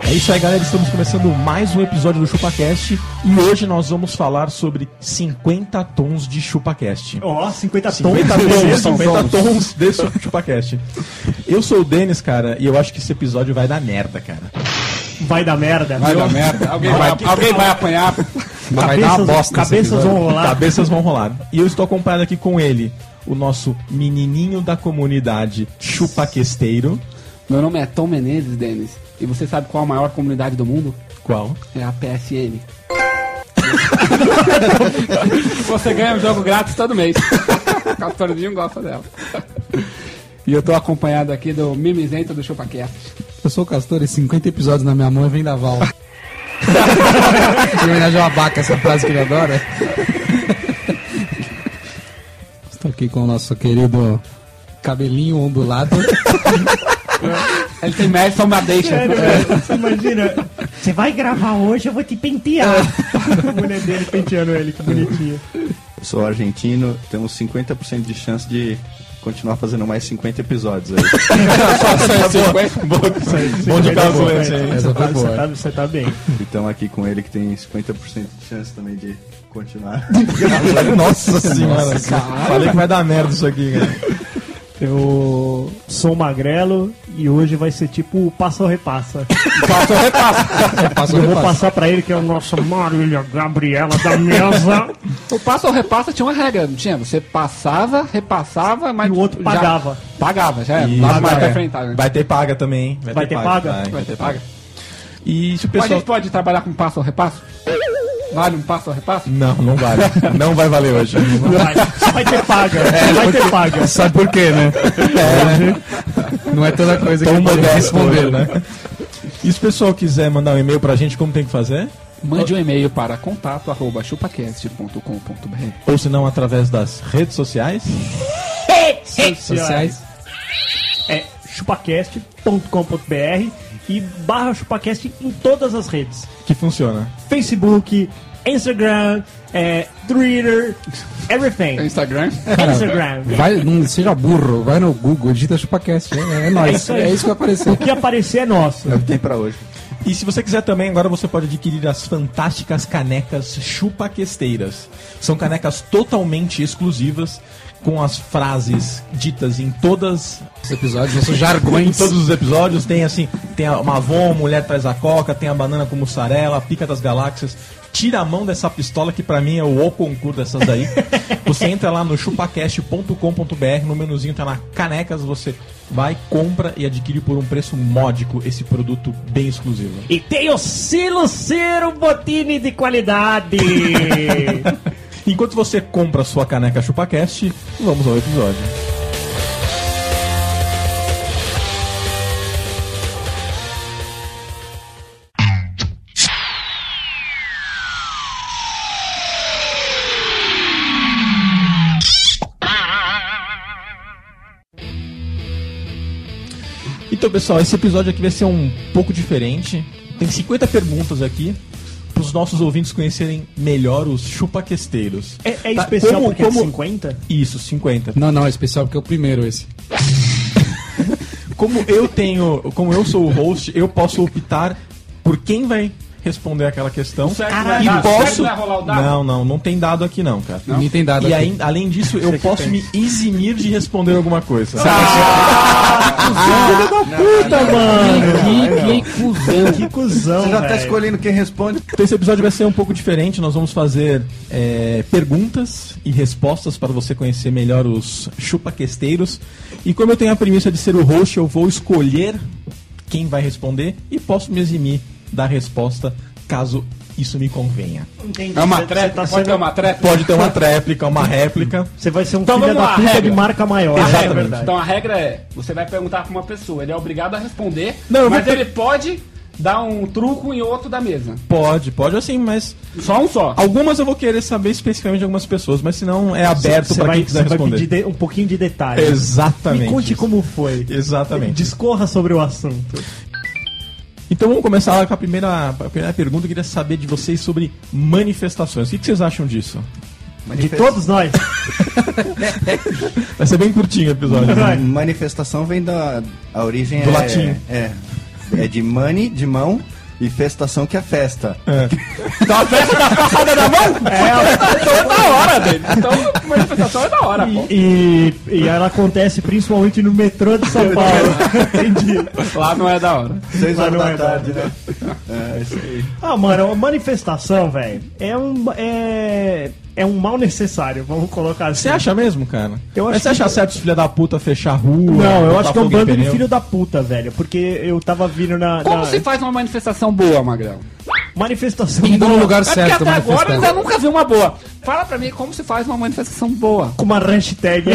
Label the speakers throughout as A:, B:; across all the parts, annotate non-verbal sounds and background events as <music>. A: É isso aí, galera. Estamos começando mais um episódio do ChupaCast e hoje nós vamos falar sobre 50 tons de ChupaCast.
B: Ó, 50 tons.
A: 50 tons,
C: então.
A: 50
B: tons.
A: tons desse ChupaCast. Eu sou o Denis, cara, e eu acho que esse episódio vai dar merda, cara.
B: Vai dar merda.
C: Vai
B: viu?
C: dar merda. Alguém vai, alguém vai apanhar. Vai dar
B: Cabeças,
C: uma bosta. esse
B: cabeças
C: episódio.
B: vão rolar.
A: Cabeças vão rolar. E eu estou acompanhado aqui com ele, o nosso menininho da comunidade chupaquesteiro.
C: <laughs> Meu nome é Tom Menezes, Denis. E você sabe qual a maior comunidade do mundo?
A: Qual?
C: É
B: <laughs>
C: a PSN. você ganha um jogo grátis todo mês. <laughs> Castorzinho gosta dela. E eu tô acompanhado aqui do Mimizento do ChupaCast.
D: Eu sou o Castor e 50 episódios na minha mão é vendaval. <laughs> em homenagem ao abaca, essa frase que ele adora. Estou aqui com o nosso querido cabelinho ondulado.
C: Ele tem mérito, uma
B: <laughs>
C: deixa.
B: Sério, velho. É Você imagina. Você vai gravar hoje, eu vou te pentear. <laughs> A mulher dele penteando ele, que bonitinho.
E: Eu sou argentino, temos 50% de chance de continuar fazendo mais 50 episódios aí.
A: Bom de
B: Tá
A: caso,
B: bom,
A: esse aí.
B: velho.
D: Essa
B: Você
D: foi
B: tá-
D: boa.
B: você tá- Você tá bem.
E: e estamos aqui com ele que tem 50% de chance também de continuar.
A: Nossa senhora. Falei que vai dar merda isso aqui, cara.
B: Eu sou magrelo e hoje vai ser tipo o passa ou
C: <laughs>
B: repassa.
D: Passou
B: Eu vou
D: repasso.
B: passar pra ele que é o nosso Marília Gabriela da
C: <laughs>
B: mesa.
C: O passo ou repassa tinha uma regra, não tinha? Você passava, repassava, mas.
B: E o outro
C: já-
B: pagava.
C: Pagava, já é. Lá mais pra enfrentar, né?
A: Vai ter paga também, hein?
B: Vai ter paga?
A: Vai, vai ter paga.
C: paga.
A: E se o
C: Mas a
A: pessoal.
C: gente pode trabalhar com passo ou repasso? Vale um passo ou repasso?
A: Não, não vale. Não vai valer hoje.
B: Vai, só vai ter paga.
C: É,
B: só vai ter paga.
D: Sabe por quê, né? Não é toda coisa que eu poderia responder, né?
A: E se o pessoal quiser mandar um e-mail pra gente, como tem que fazer?
C: Mande um e-mail para contato arroba chupacast.com.br
A: Ou se não, através das redes sociais.
D: Sociais.
B: é chupacast.com.br e barra chupacast em todas as redes.
A: Que funciona.
B: Facebook, Instagram, é, Twitter, everything.
C: É Instagram?
D: Cara,
B: Instagram.
D: Vai, não seja burro, vai no Google, digita chupacast. É, é
B: É
D: nóis.
B: isso aí.
D: É isso que vai aparecer.
B: O que aparecer é nosso.
E: É o que tem pra hoje.
A: E se você quiser também, agora você pode adquirir as fantásticas canecas chupaquesteiras. São canecas totalmente exclusivas, com as frases ditas em todas
D: Os episódios, nossos
A: Em
D: jargões.
A: todos os episódios tem assim, tem a- uma Avon, mulher traz a coca, tem a banana com mussarela, pica das galáxias. Tira a mão dessa pistola que pra mim é o O concurso dessas
D: <laughs>
A: daí. você entra lá no chupacast.com.br, no menuzinho tá na canecas, você vai, compra e adquire por um preço módico esse produto bem exclusivo.
B: E tem o Silo Ciro Botini de
A: <laughs>
B: qualidade.
A: Enquanto você compra a sua caneca ChupaCast, vamos ao episódio. Então, pessoal, esse episódio aqui vai ser um pouco diferente. Tem 50 perguntas aqui para os nossos ouvintes conhecerem melhor os chupaquesteiros.
B: É, é
A: Tá,
B: especial
A: como-
B: porque
A: como-
B: é 50?
A: Isso, 50.
D: Não, não, é especial porque é o primeiro esse.
A: Como eu tenho, como eu sou o host, eu posso optar por quem vai responder aquela questão.
C: é Ah,
B: Caralho.
A: E
B: Dado.
A: posso.
C: né? Vai rolar o dado?
A: Não, não, não tem dado aqui não, cara.
D: Nem tem dado
A: E
D: aqui.
A: aí, além disso, eu posso me eximir de responder alguma
C: Ah!
A: coisa.
B: Puta, mano.
C: Que, que cuzão.
B: Que cuzão,
E: Você já tá
B: velho.
E: escolhendo quem responde.
A: Então esse episódio vai ser um pouco diferente. Nós vamos fazer é, perguntas e respostas para você conhecer melhor os chupaquesteiros. E como eu tenho a premissa de ser o host, eu vou escolher quem vai responder e posso me eximir da resposta caso isso me convenha.
B: Entendi.
C: É uma
B: Você- você
C: treta,
B: tá
C: pode ter
B: sendo-
C: uma treta.
A: Pode ter uma tréplica, uma réplica.
B: Você vai ser um
C: Então
B: filho
C: vamos
B: da
C: lá,
B: puta
C: regra.
B: de marca maior.
C: A
B: é
A: Exatamente.
B: verdade.
C: Então a regra é, você vai perguntar pra uma pessoa, ele é obrigado a responder,
A: Não, eu
C: mas
A: vou-
C: ele pode dá um truco em outro da mesa.
A: Pode, pode assim, mas.
C: Só um só.
A: Algumas eu vou querer saber especificamente de algumas pessoas, mas se não é aberto
B: Você
A: pra
B: vai,
A: quem quiser
B: você vai
A: responder.
B: pedir de- um pouquinho de detalhe.
A: Exatamente.
B: Me conte como foi.
A: Exatamente.
B: Discorra sobre o assunto.
A: Então vamos começar com a primeira, a primeira pergunta. Eu queria saber de vocês sobre manifestações. O que que vocês acham disso?
B: De todos nós.
A: Vai ser bem curtinho o episódio.
B: <laughs>
A: né?
B: Vai.
E: Manifestação vem da a origem
A: Do
E: é,
A: latim.
E: É, é de money, de mão e festação que é festa.
A: né?
C: Então, manifestação é da hora, pô.
A: <laughs>
B: E, e ela acontece principalmente no metrô de
A: <laughs>
B: São Paulo. Entendi.
C: Lá não é da hora.
E: Seis
B: Mas
E: horas
B: não
E: da
B: é
E: tarde, né? É, isso aí.
B: Ah, mano, a manifestação, velho, é um. É, é um mal necessário, vamos colocar assim.
A: Você acha mesmo, cara?
B: Eu
A: Mas
B: acho
A: você
B: que-
A: acha certo os filha da puta fechar a rua?
B: Não, eu
A: botar
B: acho que é um
A: fogo em
B: bando de
A: pneu?
B: filho da puta, velho. Porque eu tava vindo na.
C: Como
B: na
C: se faz uma manifestação boa, Magrão?
B: manifestação
D: Indo
B: boa,
D: no um lugar
C: É porque
D: certo,
C: até agora eu ainda
D: manifestar.
C: nunca vi uma boa. Fala pra mim como se faz uma manifestação boa.
B: com uma hashtag.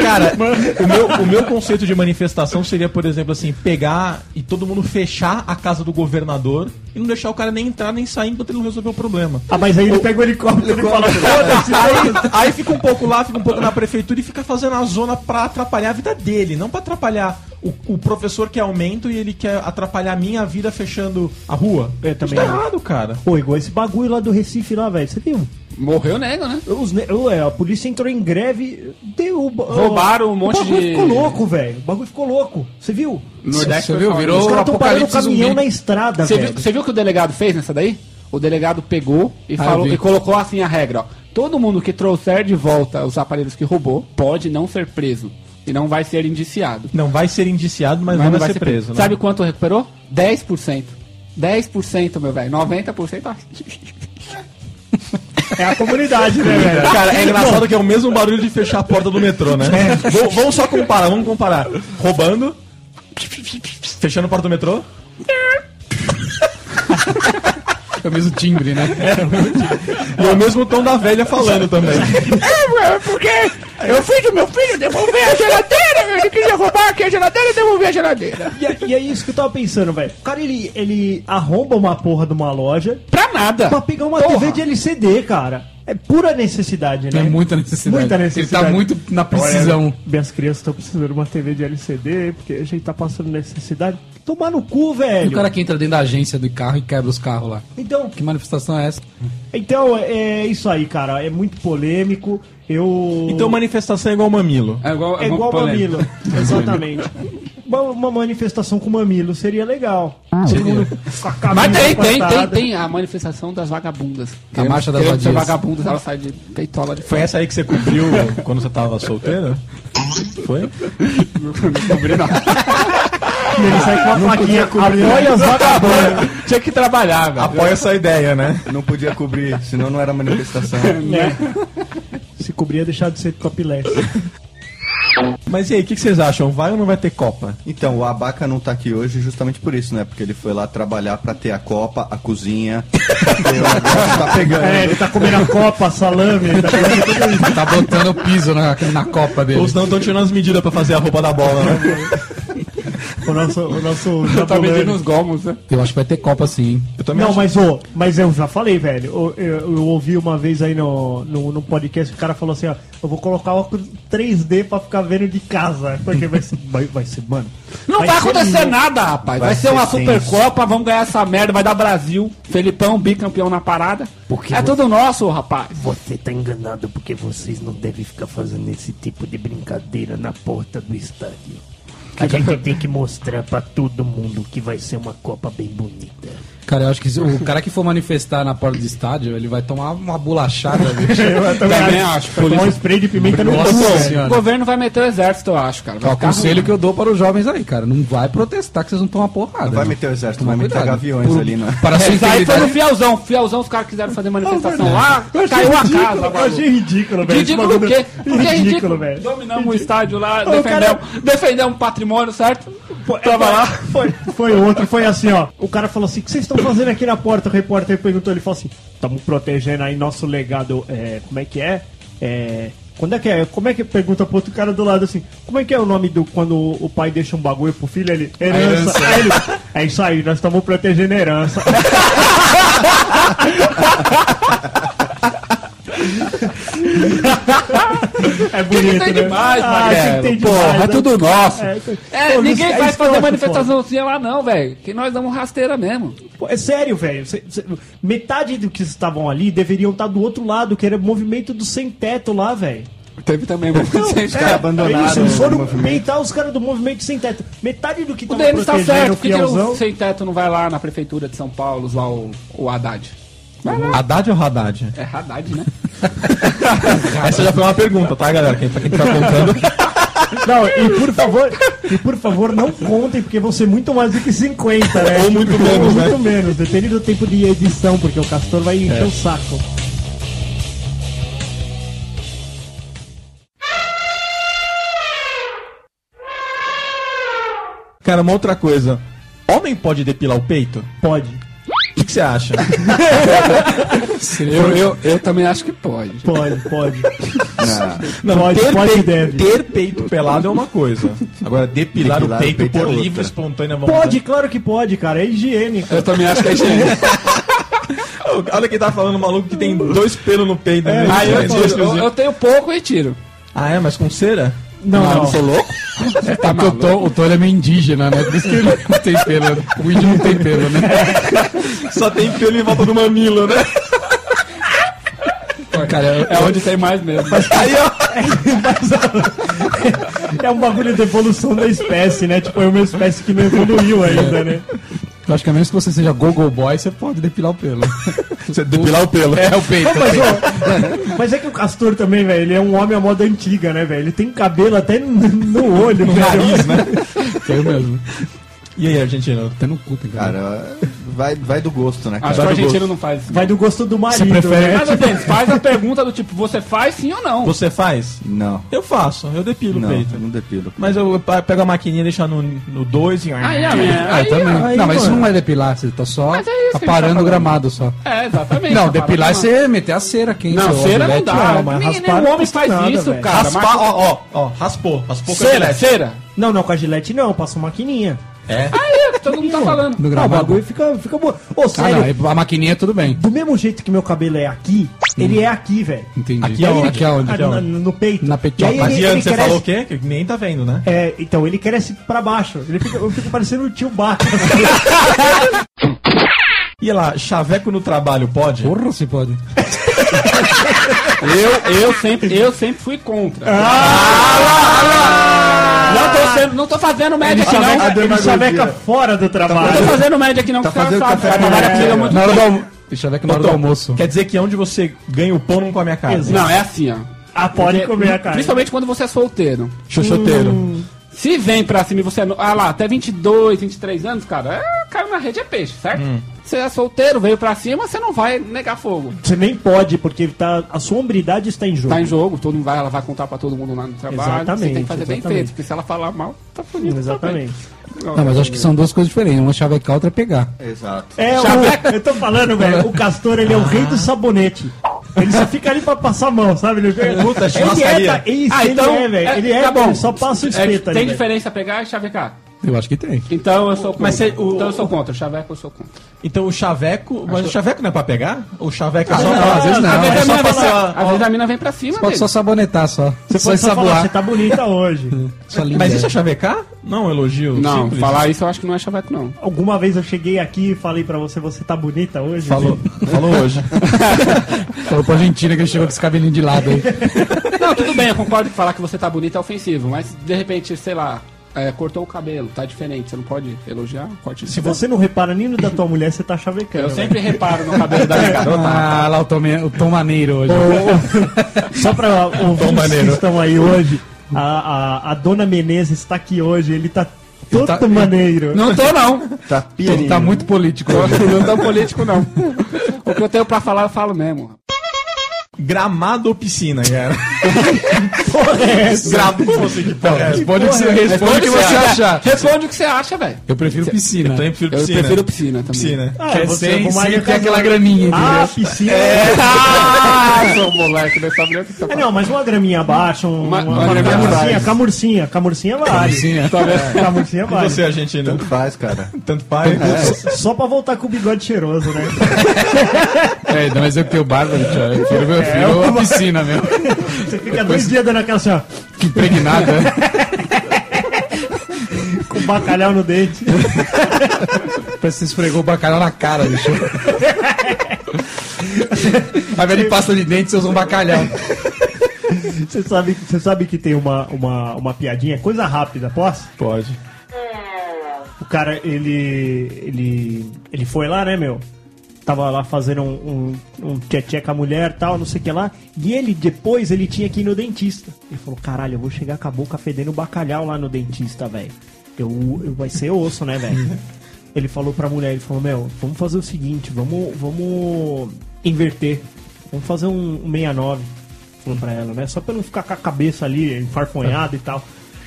A: Cara, o meu, o meu conceito de manifestação seria, por exemplo, assim, pegar e todo mundo fechar a casa do governador e não deixar o cara nem entrar nem sair enquanto ele não resolver o problema.
B: ah, mas aí ele pega o helicóptero e fala, foda-se,
A: Aí, <laughs> aí fica um pouco lá, fica um pouco na prefeitura e fica fazendo a zona pra atrapalhar a vida dele, não pra atrapalhar o, o professor que aumento e ele quer atrapalhar a minha vida fechando a rua.
B: Eu também
A: Isso tá
B: acho.
A: errado, cara.
B: Pô, igual esse bagulho lá do Recife lá, velho. Você viu?
C: Morreu nego, né?
B: Os ne- ué, a polícia entrou em greve, deu.
C: Roubaram um monte
B: O bagulho
C: de-
B: ficou louco, velho. O bagulho ficou louco. Você viu?
C: No Nordeste
D: Você
C: foi
D: viu?
C: foda.
D: Virou
B: Os
D: o
B: caras tão parando
D: apocalipse
B: caminhão
D: zumbi.
B: na estrada,
C: Você
B: velho.
C: viu, você viu o que o delegado fez nessa daí? O delegado pegou e
D: Ah,
C: falou
D: eu vi.
C: e colocou assim a regra, ó. Todo mundo que trouxer de volta os aparelhos que roubou pode não ser preso e não vai ser indiciado.
A: Não vai ser indiciado, mas,
C: Mas
A: não vai ser preso. né?
C: Sabe quanto recuperou? 10%. 10%, meu velho. 90% ó.
B: É a comunidade, né, velho?
A: Cara, é engraçado que é o <laughs> mesmo barulho de fechar a porta do metrô, né? Vou- vamos só comparar, vamos comparar. Roubando, fechando a porta do metrô,
D: É o mesmo
B: <laughs>
D: timbre, né?
B: É.
A: e é o mesmo tom da velha falando também.
C: <laughs> É, Porque eu fiz o meu filho devolver a geladeira, ele queria roubar aqui a geladeira e devolver a geladeira.
B: E, é- e é isso que eu tava pensando, velho. O cara, ele, ele arromba uma porra de uma loja
C: Pra nada.
B: pra pegar uma
C: Porra.
B: TV de LCD, cara. É pura necessidade, né?
D: É muita necessidade.
B: Muita necessidade.
D: Ele tá muito na precisão.
B: Olha, minhas crianças estão precisando de uma TV de LCD, porque a gente tá passando necessidade. Tomar no cu,
D: E
B: velho.
D: o cara que entra dentro da agência do carro e quebra os carros lá.
B: Então,
D: Que manifestação é essa?
B: então, é isso aí, cara. É muito polêmico. Eu.
A: Então manifestação é igual mamilo.
C: É igual,
B: É igual
C: polêmica.
B: mamilo.
C: <laughs>
B: Exatamente. uma, uma manifestação com mamilo seria legal. Com a cabeça
C: Mas tem, tem, tem,
B: levantada.
C: tem a manifestação das vagabundas.
D: A marcha das
C: Querendo ser
D: vadias.
C: vagabundas, ela sai de peitola de
A: Foi essa aí que você cobriu quando você tava solteiro? Foi?
B: Ele sai com uma plaquinha cobrindo. Apoia as vagabundas.
C: Tinha que trabalhar, velho.
A: Apoia essa ideia, né?
E: Não podia cobrir, senão não era manifestação.
B: né? Se cobrir é deixar de ser topless.
C: <laughs>
A: Mas e aí, o que que vocês acham? Vai ou não vai ter Copa?
E: Então, o Abaca não tá aqui hoje justamente por isso, né? Porque ele foi lá trabalhar pra ter a copa, a cozinha. Meu, agora tá pegando.
B: É, ele tá comendo a copa, salame. ele Tá comendo tudo isso.
D: Tá botando o piso na, na copa dele.
A: Ou senão estão tirando as medidas pra fazer a roupa da bola, né?
B: o nosso. O nosso
C: <laughs> Tá
B: jabulani.
C: medindo os gomos, né?
D: Eu acho que vai ter copa sim, hein?
A: Eu também
B: Não,
A: acho-
B: mas, ô, mas eu já falei, velho. ô, Eu, eu ouvi uma vez aí no, no, no podcast, o cara falou assim, ó, eu vou colocar óculos 3D pra ficar vendo de casa. <laughs> Porque vai ser. Vai, vai ser, mano.
C: Não vai,
B: ser
C: acontecer
B: louco.
C: nada, rapaz. Vai,
E: Vai
C: ser uma
E: ser
C: Supercopa, vamos ganhar essa merda, vai dar Brasil. Felipão, bicampeão na parada. é tudo nosso, rapaz.
F: Você tá enganado porque vocês não devem ficar fazendo esse tipo de brincadeira na porta do estádio.
C: <laughs>
F: A gente tem que mostrar pra todo mundo que vai ser uma Copa bem bonita.
D: Cara, eu acho que se- o cara que for manifestar na porta do estádio, ele vai tomar uma
B: <laughs>
D: bolachada, bicho.
B: <laughs> Eu também,
C: Também
B: acho.
C: acho,
B: Vai tomar um spray de pimenta no
D: Nossa
B: cu, velho.
D: Senhora.
C: O governo vai meter o exército, eu acho, cara. Vai
D: Ó, o
C: ficar
D: conselho que eu dou para os jovens aí, cara. Não vai protestar que vocês vão tomar porrada.
E: Não vai
D: né?
E: meter o exército,
D: Toma
E: vai meter
D: cuidado.
E: gaviões
D: Por-
E: ali, né?
B: É,
D: Para a sua
C: ruim. Isso aí foi no
D: integridade.
C: Fielzão. Fielzão, os caras quiseram fazer manifestação lá, caiu a
B: ridículo,
C: casa.
B: Eu achei ridículo, velho. esse
C: Ridículo o
B: bagulho.
C: quê? Porque é
B: Ridículo,
C: ridículo,
B: velho.
C: Dominamos o estádio lá,
B: cara-
C: defendemos, defendemos um patrimônio, certo?
B: Pô, é,
C: Tava
B: foi-
C: lá.
B: Foi, foi outro, foi assim, ó. O cara falou assim: o que vocês estão fazendo aqui na porta? O repórter perguntou, ele falou assim: estamos protegendo aí nosso legado. é, como é que é? É, Quando é que é? Como é que pergunta pro outro cara do lado assim? Como é que é o nome do quando o pai deixa um bagulho pro filho? Ele herança.
C: né?
D: herança.
B: Aí ele, é isso aí, nós estamos protegendo a
C: <laughs>
B: herança. é bonito,
C: Tem
B: né?
C: demais,
B: Ah,
C: Magrelo.
B: isso tem
C: Porra,
B: demais,
C: é
B: né?
C: tudo nosso.
B: É,
C: É,
B: pô, não-
C: ninguém
B: é
C: vai
B: isso que eu
C: fazer
B: acho
C: manifestaçãozinha lá, não, velho. Que nós damos rasteira mesmo.
B: Pô, É sério, velho. Cê- cê- Metade do que estavam ali deveriam estar do outro lado, que era o movimento do sem teto lá, velho.
C: Teve também muito gente,
B: É,
C: cara.
E: abandonaram
B: é Isso,
E: o
B: foram
E: movimento.
B: peitar os caras do movimento sem teto. Metade do que
C: O
B: tava
C: Denis tá certo.
B: protegendo o
C: Por que, que o
B: fielzão.
C: sem teto não vai lá na prefeitura de São Paulo usar o, o Haddad? Vai lá.
A: Haddad ou Haddad?
C: É Haddad, né?
A: Essa já foi uma pergunta, tá, galera? Quem, pra quem tá contando.
B: Não, e por favor, e por favor, não contem, porque vão ser muito mais do que 50, né?
A: Ou muito menos,
B: Ou
A: né? É.
B: muito menos, depende do tempo de edição, porque o Castor vai encher o saco.
A: Cara, uma outra coisa. Homem pode depilar o peito?
B: Pode.
A: O que que você acha?
C: <laughs> Eu, eu, eu também acho que pode.
B: Pode, pode.
A: <laughs> Não,
B: Pode, pode
A: peito,
B: e deve.
A: ter peito pelado é uma coisa. Agora, depilar,
E: Depilar
A: o peito,
E: o peito é
A: por
E: outra.
A: livre, espontânea vontade.
B: Pode, claro que pode, cara. É higiene.
C: Eu também acho que é <laughs> higiene.
A: Olha quem tá falando, maluco, que tem dois pelos no peito. né?
C: Ah, eu, tiro. Eu, eu tenho pouco e tiro.
A: Ah, é? Mas com cera?
B: Não, não.
C: sou louco? Você tá
D: Porque
C: maluco?
D: <laughs> o Tom, o Tom ele é meio indígena, né? Por isso que ele não tem pelo. né? O índio não tem pelo, né?
A: Só tem pelo em volta do mamilo, né?
D: Cara,
C: É onde tem mais mesmo.
A: Aí, ó.
B: É um bagulho de evolução da espécie, né? Tipo, é uma espécie que não evoluiu ainda, né?
D: eu acho que a menos que você seja Google Boy, você pode depilar o pelo.
A: Você depilar o pelo.
D: É o peito.
B: Mas, ó, mas é que o Castor também, velho, ele é um homem à moda antiga, né, velho? Ele tem cabelo até no- no olho, velho.
D: Tem mesmo.
A: E aí, argentino?
D: Até no cu, tem cara.
E: Cara, vai, vai do gosto, né,
C: Acho que o
E: cara?
C: argentino não faz isso.
B: Vai do gosto do marido,
D: prefere-
B: né?
C: Mas, ô, Denis, faz a pergunta do tipo, você faz sim ou não?
A: Você faz?
E: Não,
A: Eu faço, eu depilo o
E: não,
A: peito.
E: não depilo.
A: Mas eu pa- pego a maquininha, deixar no 2 e...
C: Aí, é, é,
D: Ah,
C: aí,
D: também.
C: ó.
D: não, mas isso não é depilar, você tá só
C: Mas é isso que a gente
D: aparando
C: tá
D: o gramado só.
C: É, exatamente.
D: Não,
C: Tá
D: depilar é
C: falando.
D: você meter a cera quente.
C: Não,
D: ó,
C: cera não
D: gilete.
C: dá.
B: não, mas
C: Nem-
B: raspar
C: nem
B: não
C: né? o homem
B: custa
C: faz
B: nada,
C: isso,
B: velho.
C: cara.
A: Raspar, ó, ó, ó, raspou, raspou com a
C: Cera,
A: gilete.
C: cera.
B: Não, não, com a gilete não, passa uma maquininha.
A: É?
C: Aí, todo mundo tá falando.
D: No
B: Ah, o
D: gramado.
B: bagulho fica, fica bom. Ô,
D: Ah,
B: sério,
D: não, aí a maquininha tudo bem.
B: do mesmo jeito que meu cabelo é aqui, ele é aqui, velho.
D: Entendi.
A: Aqui é
D: Aí-
A: onde?
D: Aqui é onde?
B: Ah, na- No peito.
D: Na
B: E
D: petiota.
B: aí
A: Mas
B: ele,
A: e
B: ele
A: antes você
B: cresce,
A: falou o quê? Que nem tá vendo, né?
B: É, então, ele cresce pra baixo. Ele fica, eu fico parecendo o tio né? Baca.
A: E lá, chaveco no trabalho pode?
D: Porra, se pode.
C: Eu, eu, sempre, eu sempre fui contra. não, tô sendo, não tô fazendo média aqui, não.
E: vendo?
B: ele
E: demagogia.
B: chaveca fora do
C: Não tô
B: trabalho.
C: fazendo média aqui, não.
E: Tá
C: que o cara
E: fazendo
C: sabe,
E: café
C: cara,
E: com
C: trabalha
E: leite.
C: aqui, é muito-
D: Na hora do almoço. Deixa eu ver que na hora do almoço.
A: Quer dizer que onde você ganha o pão não come a casa.
B: Exato.
C: Não, é assim, ó.
B: Ah, pode comer a cara.
C: Principalmente quando você é solteiro.
A: Xoxoteiro.
C: Se vem pra cima e você é. no- Ah lá, até 22, 23 anos, cara, é, caiu na rede é peixe, certo?
B: Hum.
C: Você é solteiro, veio pra cima, você não vai negar fogo.
B: Você nem pode, porque tá, a sua hombridade está em jogo.
C: Tá em jogo, todo mundo vai, ela vai contar pra todo mundo lá no trabalho. você tem
B: Exatamente,
C: que fazer bem
B: exatamente. Hum,
C: feito, porque se ela falar mal, tá bonito.
B: Exatamente.
D: Não, mas acho que são duas coisas diferentes. Uma chavecar, outra é pegar.
E: Exato.
B: É, o, eu tô falando, velho, o Castor, ele é o rei do sabonete. Ele só fica ali pra passar a mão, sabe? Ele,
A: Puta,
B: ele é,
A: churrascaria.
B: tá, isso,
C: Ah, então,
B: ele é, velho.
C: é,
B: ele é,
C: tá bom.
B: ele só passa o
C: É,
B: espeto
C: tem
B: ali, velho.
C: diferença pegar e chavecar?
D: Eu acho que tem.
C: Então eu sou contra.
A: Mas cê- o-
C: Então eu sou contra, chaveco eu sou contra.
A: Então o chaveco. Mas o chaveco não é pra pegar? O chaveco é só
D: não, às
A: pra.
D: vezes não.
C: Às vezes é a
D: Você
C: mina vem
A: passar,
C: pra-
A: ó.
C: às vezes a mina vem pra cima,
D: pode
C: dele.
D: só sabonetar só.
B: Você
D: só
B: pode só falar,
D: ensaboar.
B: você tá bonita hoje.
D: Só linda.
A: Mas isso é chavecar? Não, é um elogio.
C: Não,
A: simples.
C: falar isso eu acho que não é chaveco, não.
B: Alguma vez eu cheguei aqui e falei pra você, você tá bonita hoje?
A: Falou, falou hoje.
D: <laughs> Falou pra Argentina que ele chegou com esse cabelinho de lado aí.
C: Não, tudo bem, eu concordo que falar que você tá bonito é ofensivo, mas de repente, sei lá, é, cortou o cabelo, tá diferente, você não pode elogiar o corte de
B: Se
C: cabelo.
B: você não repara nem no da tua mulher, você tá chavecando.
C: Eu
B: velho.
C: sempre reparo no cabelo da minha garota.
D: né, Ah, lá o Tom, o Tom Maneiro hoje.
B: Só pra ouvintes que
A: maneiro.
B: estão aí hoje, a, a, a dona Menezes está aqui hoje, ele tá todo
D: tá-
B: maneiro.
C: Não tô, não.
E: Tá
D: Ele
E: pianinho.
D: tá muito político hoje.
C: Não tô político, não. O que eu tenho pra falar, eu falo mesmo.
A: Gramado ou piscina, cara? <laughs>
D: Responde o que você, responde o que você achar.
C: Responde o que você acha, velho.
D: Eu prefiro piscina.
A: Eu também prefiro
C: Eu
A: piscina.
C: prefiro piscina também.
A: piscina.
B: Ah,
D: Que é
B: você
D: sem,
B: arrumaria
D: sem ter
B: casa-
D: aquela graminha.
B: Ah,
D: entendeu?
B: piscina. <laughs>
C: Ah, seu moleque, não sabe nem o que você
B: É,
C: fala.
B: não, mas uma graminha abaixo, um-
C: Uma-
B: uma,
C: uma graminha
B: camurcinha,
C: abaixo.
B: camurcinha, camurcinha vale.
D: Piscina.
B: Camurcinha
A: E
B: vale.
A: você, argentino?
E: Tanto faz, cara.
A: Tanto pai.
B: Só pra voltar com o bigode cheiroso, né?
D: É, não, mas eu que tenho barba, tio. Eu prefiro, eu prefiro a piscina mesmo.
B: Você fica dois dias dando aquela assim, ó,
D: Que impregnada.
B: com bacalhau no dente.
D: Parece que você esfregou o bacalhau na cara, bicho. Ao invés de pasta de dente, você usa um bacalhau.
B: Você sabe, você sabe que tem uma, uma, uma piadinha, coisa rápida, posso?
A: Pode.
B: O cara, ele. ele. ele foi lá, né, meu? Tava lá fazendo um, um, um tchê-tchê com a mulher tal, não sei o que lá. E ele, depois, ele tinha que ir no dentista. Ele falou, caralho, eu vou chegar com a boca fedendo bacalhau lá no dentista, velho. Eu, eu- vai ser osso, né, velho? ele falou pra mulher, ele falou, meu, vamos fazer o seguinte, vamos, vamos inverter. Vamos fazer um, um 69. Falou pra ela, né? Só pra não ficar com a cabeça ali, enfarfonhada e tal.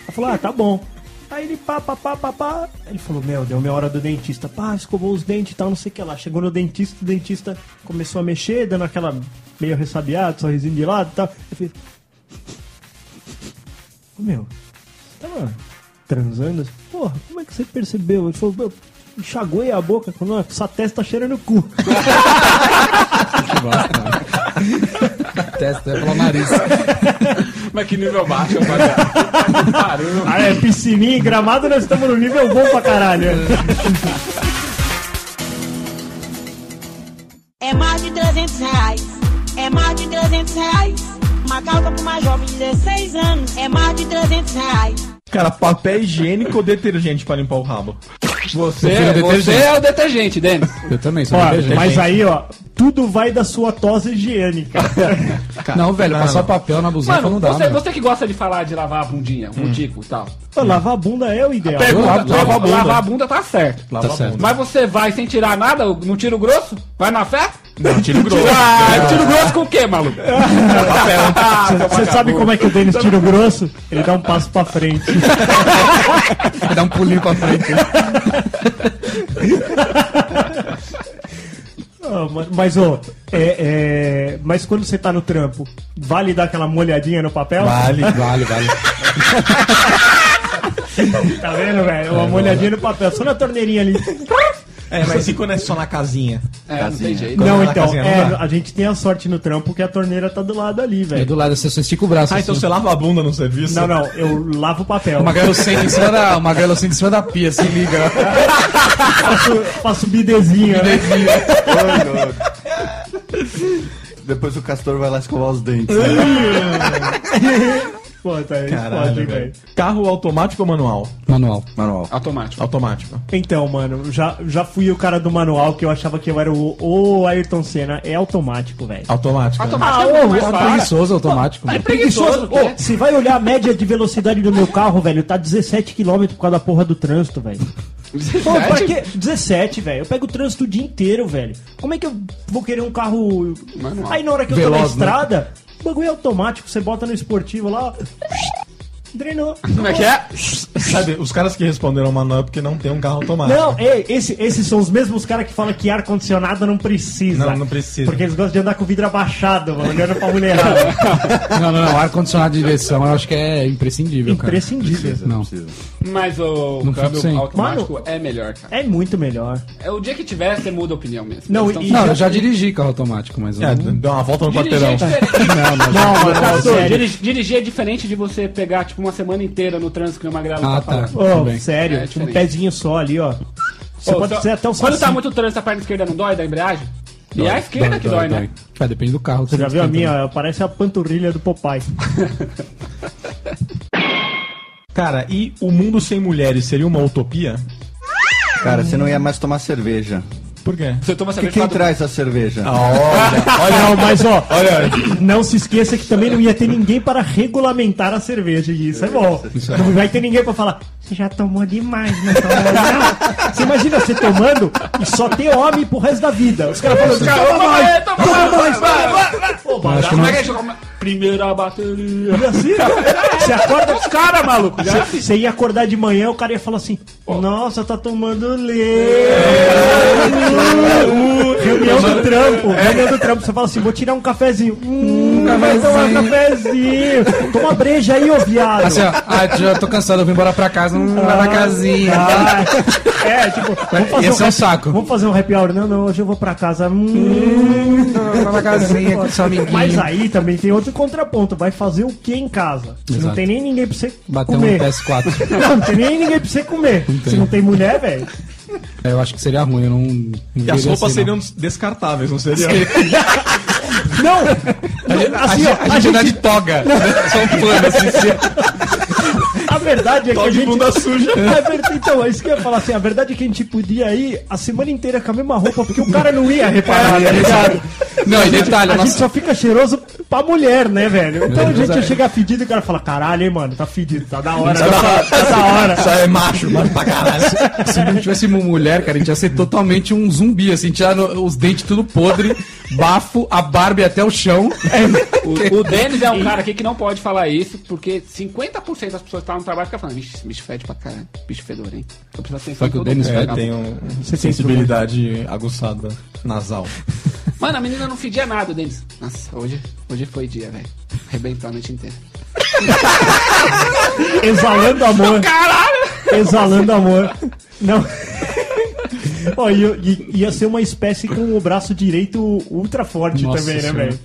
B: Ela falou, ah, tá bom. Aí ele pá, pá, pá, pá, pá. Ele falou, meu, deu minha hora do dentista. Pá, escovou os dentes e tal, não sei o que lá. Chegou no dentista, o dentista começou a mexer, dando aquela meio ressabiado, sorrisinho de lado e tal. Ele fez... "Ô, Meu, você tava transando? Porra, como é que você percebeu? Ele falou, meu, enxaguei a boca. Ele falou, não, sua testa tá cheirando o cu. <laughs>
D: Testa pelo nariz.
C: Mas que nível baixo, rapaziada. Caramba.
B: Ah, é piscininha e gramado, nós estamos no nível bom pra caralho. né?
G: É mais de 300 reais. É mais de 300 reais. Uma calça pra uma jovem de 16 anos. É mais de 300 reais.
A: Cara, papel higiênico ou detergente pra limpar o rabo?
C: Você, você é o detergente, Denis.
D: Eu também sou
B: Ó,
D: detergente.
B: mas aí, ó, tudo vai da sua tosse higiênica.
D: Não, velho, passar papel na blusinha
C: Mano,
D: não dá,
C: você,
D: mano. Hum.
C: você que gosta de falar de lavar a bundinha, o tico e tal.
B: Pô, lavar a bunda é o ideal.
D: Eu lavo,
C: Pergunta,
D: lavo a bunda.
C: lavar a bunda tá certo.
A: Lava
D: Tá
A: a
D: certo.
A: bunda.
C: Mas você vai sem tirar nada, no tiro grosso? Vai na fé?
A: Não, tira
C: <laughs>
A: o grosso.
C: Ah, tiro grosso com o quê, maluco? <laughs> Ah, seu
B: Você
C: vagabundo.
B: sabe como é que o Denis tira o grosso? Ele dá um passo pra frente.
D: Dá um pulinho pra frente.
B: Ah, ma- mas, ô, é, é, mas quando você tá no trampo, vale dar aquela molhadinha no papel?
D: Vale, vale, vale.
B: Tá vendo, velho? Uma molhadinha no papel, só na torneirinha ali.
A: É, mas e quando é só na casinha?
C: É, não tem jeito.
B: Não,
A: na
B: então,
A: casinha, não
B: é,
A: dá.
B: a gente tem a sorte no trampo que a torneira tá do lado ali,
D: É
B: velho.
D: do lado, você só estica o braço.
A: Ah, então
D: assim.
A: você lava a bunda no serviço?
B: Não, não, eu lavo o papel.
D: Uma galocena em cima da, uma galocena em cima da pia, se liga.
B: Faço, faço bidezinha, né?
E: Oi, louco. Depois o Castor vai lá escovar os dentes. né?
B: Pô, tá aí,
A: Caralho,
B: pode, hein,
A: velho.
B: velho.
A: Carro automático ou manual?
D: Manual.
E: <laughs> Manual.
C: Automático.
A: Automático.
B: Então, mano, já, já fui o cara do manual que eu achava que eu era o, o Ayrton Senna. É automático, velho.
A: Automático. né?
C: Automático é muito mais
D: Tá
C: fácil. É
D: preguiçoso automático. mano.
B: Ah, Preguiçoso, né? ô, você vai olhar a média de velocidade do meu carro, velho, tá 17 km por causa da porra do trânsito, velho. Pô, pra quê? 17, velho. Eu pego o trânsito o dia inteiro, velho. Como é que eu vou querer um carro.
C: Manual.
B: Aí na hora que eu tô na
D: Veloz, né?
B: estrada, o bagulho é automático, você bota no esportivo lá. Drenou.
C: Como é que é?
A: Sabe, os caras que responderam manual é porque não tem um carro automático.
B: Não, ei, esse- esses são os mesmos caras que falam que ar-condicionado não precisa.
A: Não, não precisa.
B: Porque eles gostam de andar com o vidro abaixado, mano, olhando pra
C: <laughs>
B: mulherada.
D: Não, não, não. Ar-condicionado de direção eu acho que é imprescindível, cara.
B: Imprescindível.
D: Não.
C: Mas o
D: Não fico sem.
C: câmbio automático é melhor, cara.
B: É muito melhor.
C: É o dia que tiver, você muda a opinião mesmo.
B: Não,
C: Então,
B: e-
D: Não, eu já dirigi carro automático, mas eu
A: É,
D: não-
A: dá uma volta no
C: dirigir
A: quarteirão.
C: é diferente.
D: Não, <laughs> não.
B: Não, mano,
C: Castor,
B: sério.
C: diri- dirigir é diferente de você pegar, tipo, uma semana inteira no trânsito que uma grana
D: Ah,
C: tá
D: tá.
C: falando.
B: Ô,
D: Também.
B: sério,
C: É
B: um
C: diferente.
B: pezinho só ali, ó. Você
C: Ô,
B: pode
C: só-
B: ser até um o
C: Quando tá
B: saci.
C: muito trânsito, a perna esquerda não dói da embreagem? e é a esquerda que dói, né?
D: É, depende do carro.
B: Você já viu a minha? Parece a panturrilha do Popeye.
A: Cara, e o mundo sem mulheres seria uma utopia?
E: Cara, você não ia mais tomar cerveja.
A: Por quê?
C: Você toma
E: Que
C: cerveja
E: quem
C: lá do-
E: traz a cerveja?
B: <laughs> Não, mas ó, não se esqueça que também não ia ter ninguém para regulamentar a cerveja. E isso é bom. Não vai ter ninguém para falar. Você já tomou demais, não tomou não. Você imagina você tomando e só ter homem pro resto da vida. Os caras falam, assim,
C: Cara,
B: toma
C: toma
B: mais,
C: aí, toma
B: toma
C: mais,
B: mais,
C: vai,
B: toma mais. Ô,
D: acho que não-
C: é Primeira
B: <laughs>
C: bateria.
B: E assim, cara, você acorda os caras, maluco. Você, você ia acordar de manhã, o cara ia falar assim: Nossa, tá tomando leite. É. Uh, uh, reunião do trampo. Reunião do trampo. Você fala assim: Vou tirar um cafezinho. Hum, vai tomar É. um cafezinho. Toma breja aí, ô viado.
D: Assim, ó, ah, já tô cansado, eu vim embora pra casa, não vai pra casinha.
B: Ah, é, tipo, vamos fazer,
D: Ia ser um
B: happy-
D: saco.
B: vamos fazer um happy hour. Não, não, hoje eu vou pra casa. Hum.
D: Vai pra casinha com seu amiguinho.
B: Mas aí também tem outro contraponto. Vai fazer o que em casa? Se não
D: Exato.
B: tem nem ninguém pra você
D: Bater um
B: comer.
D: PS4.
B: Não, não tem nem ninguém pra você comer. Se
D: tem.
B: não tem mulher, velho.
D: É, eu acho que seria ruim, eu não. não
A: E as
D: veria
A: roupas
D: assim, não.
A: seriam descartáveis, não seria?
B: Não, assim,
D: A,
B: ó, a,
D: gente dá
B: gente,
D: de toga. Só um plano assim. se-
B: a verdade é que a
A: de
B: gente.
A: bunda suja.
B: A ver- Então, é isso que eu ia falar assim. A verdade é que a gente podia ir a semana inteira com a mesma roupa, porque o cara não ia reparar, tá ligado?
D: Não, e detalhe,
B: A
D: a
B: gente
D: nossa.
B: só fica cheiroso pra mulher, né, velho? Então a
D: Deus,
B: gente ia
D: é.
B: chegar fedido e o cara fala: caralho, hein, mano, tá fedido, tá da hora, tá da hora.
D: Só é macho, mano, pra caralho. Se não tivesse uma mulher, cara, a gente ia ser totalmente um zumbi, assim, tirar no- os dentes tudo podre, bafo, a barba até o chão.
C: O, o Denis é um cara aqui que não pode falar isso, porque 50% das pessoas que estavam no trabalho ficam falando, bicho, esse bicho fede pra caralho, bicho fedorento. Eu preciso atenção
D: Só que o Denis
A: É,
D: fede.
C: mundo.
A: tem um- sensibilidade aguçada nasal.
C: Mano, a menina não fedia nada, Denis. Nossa, hoje, hoje foi dia, velho. Arrebentou a noite inteira.
A: <laughs>
B: Exalando amor. Exalando amor. Não. <laughs> Ó, e, e- ia ser uma espécie com o braço direito ultra forte
D: Nossa
B: também, né,
D: Senhora.
B: velho?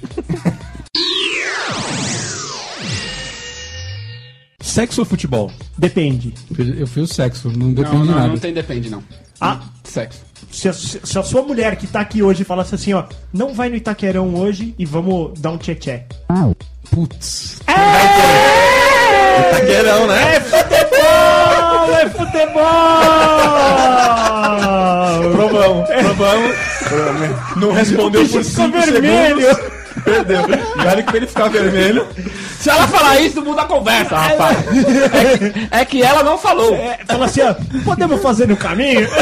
A: Sexo ou futebol?
B: Depende.
D: um- Eu fui o sexo, não depende
C: Não,
D: de
C: não,
D: nada.
C: não tem depende, não.
B: Ah,
C: Sexo.
B: se a, se a sua mulher que tá aqui hoje falasse assim, ó, não vai no Itaquerão hoje e vamos dar um tchê-tchê.
D: Putz.
A: Taqueirão, né?
B: Futebol! É <laughs> futebol!
A: Provamos, provamos. Não respondeu por
B: É. Ficou
A: 5
B: vermelho!
A: segundos. Perdeu. E olha que pra ele ficar vermelho.
C: Se ela falar isso, muda a conversa, rapaz. É que, é que ela não falou.
B: É, fala assim, ó, podemos fazer no caminho? <laughs>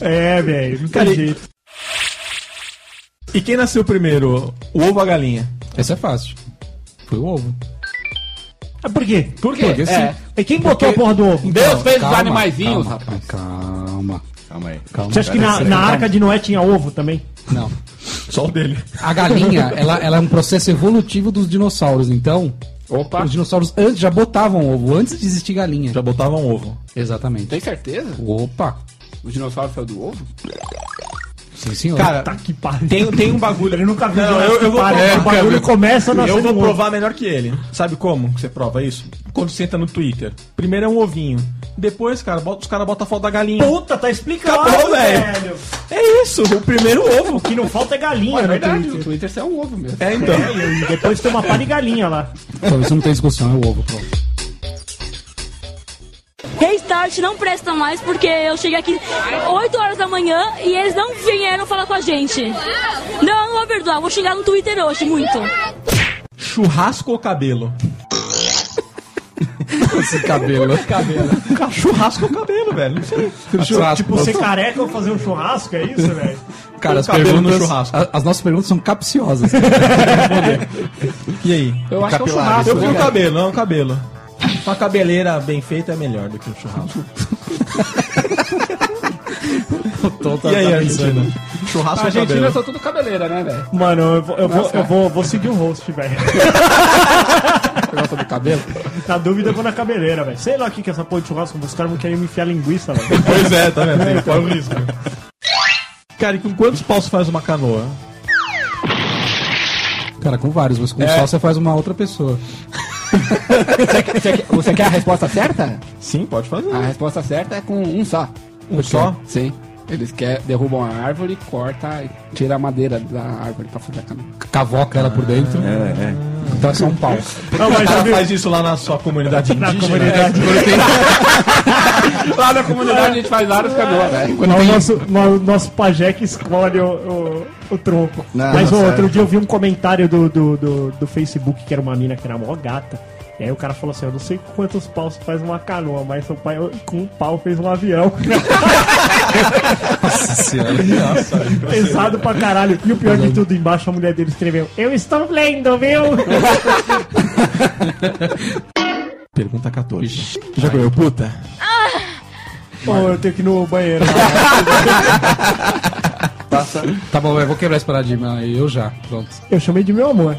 B: É, velho, não
A: Cara,
B: tem jeito.
A: E quem nasceu primeiro? O ovo ou a galinha?
D: Essa é fácil. Foi o ovo.
B: Ah, por quê?
C: Por quê?
D: Porque
C: É.
B: E quem botou a porra do ovo?
C: Deus fez os
D: calma,
C: animaizinhos,
D: calma,
C: rapaz.
D: Calma,
E: Calma aí.
D: calma.
B: Você acha que
C: é
B: na, na arca de Noé tinha ovo também?
D: Não.
A: Só o dele.
D: A <laughs> galinha, ela, ela é um processo evolutivo dos dinossauros, então.
C: Opa,
D: Os dinossauros antes já botavam ovo, antes de existir galinha.
A: Já botava um ovo.
D: Exatamente.
C: tem certeza?
D: Opa!
C: O dinossauro saiu do ovo?
D: Sim, senhor.
A: Cara,
B: Tá que pariu.
A: tem, tem um bagulho. Ele nunca
B: Não,
A: Não, eu, eu vou
B: pariu,
A: provar.
B: o bagulho
D: cara,
B: começa na
A: Eu vou provar melhor que ele. Sabe como que você prova isso? Quando você entra no Twitter. Primeiro é um ovinho. Depois, cara, bota- os caras botam a foto da galinha.
B: Puta, tá explicado,
A: Acabou, velho.
B: velho.
A: É isso, o primeiro ovo.
B: O que não falta é galinha,
C: É
B: no
C: verdade, o
B: Twitter.
C: Twitter saiu um ovo mesmo.
A: É, então.
B: E depois tem uma pá de galinha lá.
D: Então, isso não tem discussão, é o ovo, pronto.
H: Restart não presta mais porque eu cheguei aqui 8 horas da manhã e eles não vieram falar com a gente. Não, não vou perdoar, vou xingar no Twitter hoje muito.
A: Churrasco ou cabelo?
D: Esse <laughs> cabelo.
A: Cabelo. Churrasco ou cabelo, velho? Não sei.
B: Tipo, ser careca ou fazer um churrasco, é isso, velho?
D: Cara, as
A: com cabelo no
D: perguntas.
A: churrasco.
D: a- as nossas perguntas são capciosas.
A: E aí?
C: Eu acho que é um
E: Capilares,
C: churrasco.
A: Eu vi um
C: né?
A: cabelo, não é um cabelo. Uma cabeleira bem feita é melhor do que um churrasco. e aí, Argentina?
C: A
A: tá Churrasco ou
C: Argentina
A: cabelo?
C: são tudo cabeleira, né, <laughs> velho?
B: Mano, eu vou, eu vou, eu vou, vou seguir o host, velho.
C: Gosta do cabelo?
B: Na tá dúvida, eu vou na cabeleira, velho. Sei lá o que que é essa porra de churrasco, os caras vão querer me enfiar linguiça, velho. um
A: Pois é, tá vendo? <laughs> Tem- Qual é o risco? Cara, e com quantos paus você faz uma canoa?
D: <laughs> Cara, com vários, mas com só você faz uma outra pessoa.
C: É Você quer a resposta certa?
A: Sim, pode fazer.
C: A resposta certa é com um só.
A: um só?
C: Sim. Eles quer, derrubam a árvore, corta e tira a madeira da árvore pra fazer a canoa.
D: Cavoca ela por dentro. É, é. Então é só um pau.
B: Não, mas já
A: Ela
B: viu.
A: faz isso lá na sua <laughs> comunidade
B: Na
A: indígena.
B: comunidade.
C: Lá na comunidade a gente faz várias canoas, né? velho.
D: Quando
B: O
D: tem-
B: nosso, no- nosso pajé que escolhe o, o, o tronco.
E: Não,
B: Mas
E: não
B: ô, outro
E: serve.
B: dia eu vi um comentário do, do, do, do Facebook que era uma mina que era mó gata. E aí o cara falou assim, eu não sei quantos paus faz uma canoa, mas seu pai com um pau fez um
A: <laughs>
B: avião. <laughs> Pesado pra caralho. E o pior de tudo, embaixo a mulher dele escreveu, eu estou lendo, viu?
A: Pergunta 14. Já ganhou puta?
B: Ah. Pô, eu tenho que ir no banheiro.
D: Tá bom, eu vou quebrar esse paradigma aí, eu já. Pronto.
B: Eu chamei de meu amor.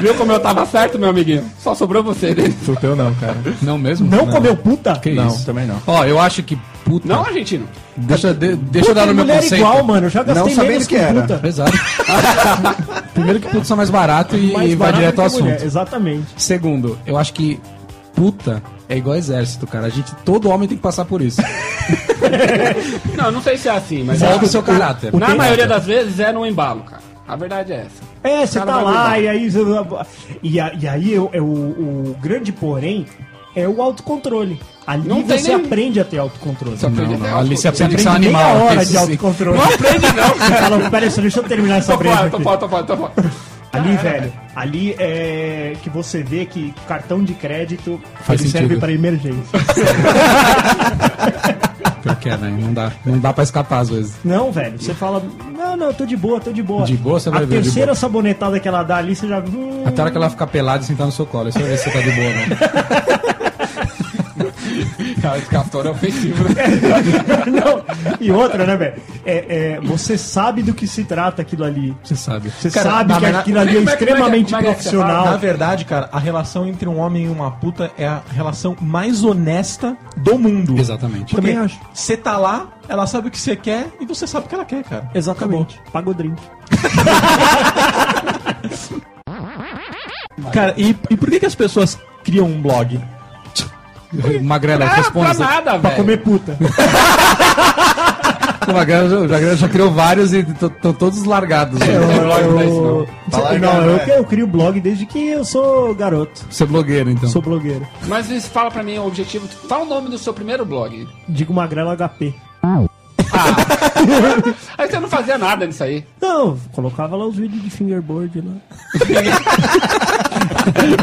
C: Viu como eu tava certo, meu amiguinho? Só sobrou você, né?
A: Surteu não, cara.
D: Não mesmo?
B: Não, comeu puta?
D: Que
A: Não,
D: isso?
A: também não.
D: Ó, eu acho que puta.
C: Não, argentino.
D: deixa de- deixa eu
B: Puta
D: dar
B: e
D: no meu
B: mulher
D: conceito.
B: igual, mano. Eu já
E: Não
B: gastei
E: sabendo
B: menos
E: que
B: com
E: era.
B: puta. <laughs>
D: Exato. Primeiro que puta são mais barato e,
B: Mais
D: e vai
B: barato
D: direto ao
B: que
D: assunto.
B: mulher, Exatamente.
D: Segundo, eu acho que puta é igual exército, cara. A gente, todo homem tem que passar por isso.
C: Não, eu não sei se é assim, mas.
D: Volta o seu caráter.
C: Na
B: tem-
C: maioria das vezes é no embalo, cara. A verdade é essa.
B: É, você
C: cara
B: tá
C: vai
B: lá
C: mudar.
B: e aí... E, a- e aí eu- eu- o grande porém é o autocontrole. Ali
C: Não tem
B: você
C: nem-
B: aprende a ter autocontrole.
C: Você aprende
D: Não,
C: até
D: não,
C: as
D: ali você
C: coisas.
D: aprende que você é um
B: Meia
D: animal.
B: hora
D: esse-
B: de autocontrole.
C: Não aprende, não.
B: Você fala, pera aí, só deixa eu terminar essa
C: Tô fora,
B: brecha
C: tô
B: aqui."
C: fora, tô fora, tô fora.
B: Ali, velho, ali é que você vê que cartão de crédito
D: Faz
B: ele serve
D: sentido.
B: para emergência.
D: Pior que é, né? Não dá, não dá pra escapar às vezes.
B: Não, velho, você fala, não, não, eu tô de boa, tô de boa.
D: De boa, você vai
B: A
D: ver, de
B: terceira
D: boa.
B: sabonetada que ela dá ali, você já. Hum,
D: Até a hora que ela fica pelada e sentar no seu colo. Aí você vai ver se você tá de boa, né? <laughs>
C: Cara, esse castor é ofensivo. né?
B: <laughs> não. E outra, né, velho? É, é, você sabe do que se trata aquilo ali.
D: Você sabe.
B: Você
D: Cara,
B: sabe
D: na
B: que
D: verdade-
B: aquilo ali é
C: como é que- como é que-
B: extremamente
C: como é que você
B: profissional.
A: Na verdade, cara, a relação entre um homem e uma puta é a relação mais honesta do mundo.
D: Exatamente.
A: Porque
B: Também acho.
A: Você tá lá, ela sabe o que você quer e você sabe o que ela quer, cara.
B: Exatamente. Paga o drink.
A: É, Cara, e, e por que, que as pessoas criam um blog?
D: <laughs> Magrela,
C: Ah, pra
D: responde.
C: nada,
B: Pra
C: velho.
B: comer puta.
D: O Magrela já, o Magrela já criou vários e estão todos largados. né?
C: É,
B: um
C: Lógico, pra isso, não.
E: Fala,
B: não,
E: galera.
B: eu, eu crio blog desde que eu sou garoto.
D: Você é blogueiro, então.
B: Sou blogueiro.
C: Mas isso fala pra mim o objetivo. Fala o nome do seu primeiro blog.
B: Digo magrela HP.
C: Aí você não fazia nada nisso aí.
B: Não, colocava lá os vídeos de fingerboard lá.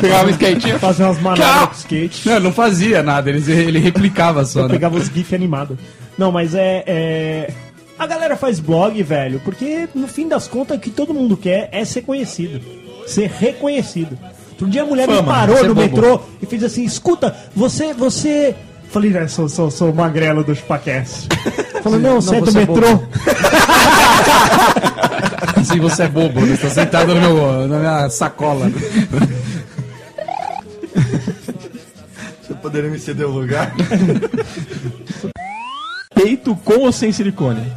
C: Pegava um skatinho.
B: Fazer umas manobras com skate.
D: Não, não fazia nada, ele, ele replicava só,
B: Eu
D: né?
B: pegava os GIF animados. Não, mas é, é- A galera faz blog, velho, porque no fim das contas o que todo mundo quer é ser conhecido. Ser reconhecido. Outro dia a mulher me parou
D: ser
B: no
D: bobo.
B: metrô e fez assim: escuta, você. você. Falei, né, sou, sou, sou o magrelo do Chupaquece. Falou, não, você é do
D: você é
B: metrô.
D: bobo. Assim você é bobo, né? Tá sentado no meu, na minha sacola.
E: Você poderia me ceder o lugar?
A: Peito com ou sem silicone?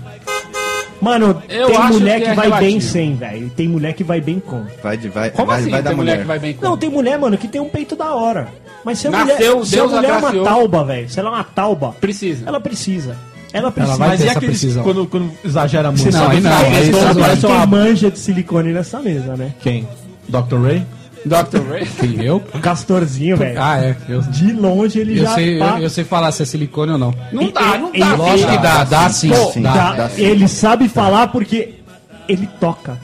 B: Mano,
C: Eu
B: tem
C: acho
B: mulher
C: que
B: que,
C: é
B: vai bem
C: relativo.
B: sem, velho. e Tem mulher que vai bem com.
E: <laughs> Vai, de- vai,
C: Como
E: vai,
C: assim
E: vai
C: tem
E: da
C: mulher
E: mulher.
C: que vai bem com?
B: Não, tem mulher, mano, que tem um peito da hora. Mas se a
C: Nasceu,
B: mulher, se a
C: Deus
B: mulher é uma
C: agraciou.
B: tauba, velho, se ela é uma tauba,
C: Precisa.
B: ela precisa. Ela precisa.
D: vai
A: Mas
D: ter
A: e
D: essa
A: aqueles
D: precisão.
A: quando, quando exagera muito?
B: Você
D: Não,
B: sabe
D: aí
B: que
A: é
D: não,
B: tem
D: aí
B: pessoa
D: você
B: que
D: não
A: vai.
B: tem manja de silicone nessa mesa, né?
A: Quem? Dr. Ray?
C: Dr. Ray.
D: Quem, eu?
B: Castorzinho, velho.
D: Ah, é. Eu,
B: De longe ele
D: eu
B: já tá-
D: sei,
B: pá-
D: eu, eu sei falar se é silicone ou não.
C: Não dá, não
B: E-
C: dá.
B: e-
D: Lógico que dá, Ah, dá sim.
B: Pô,
E: sim,
B: dá-
E: dá sim.
B: Ele sabe falar porque ele toca.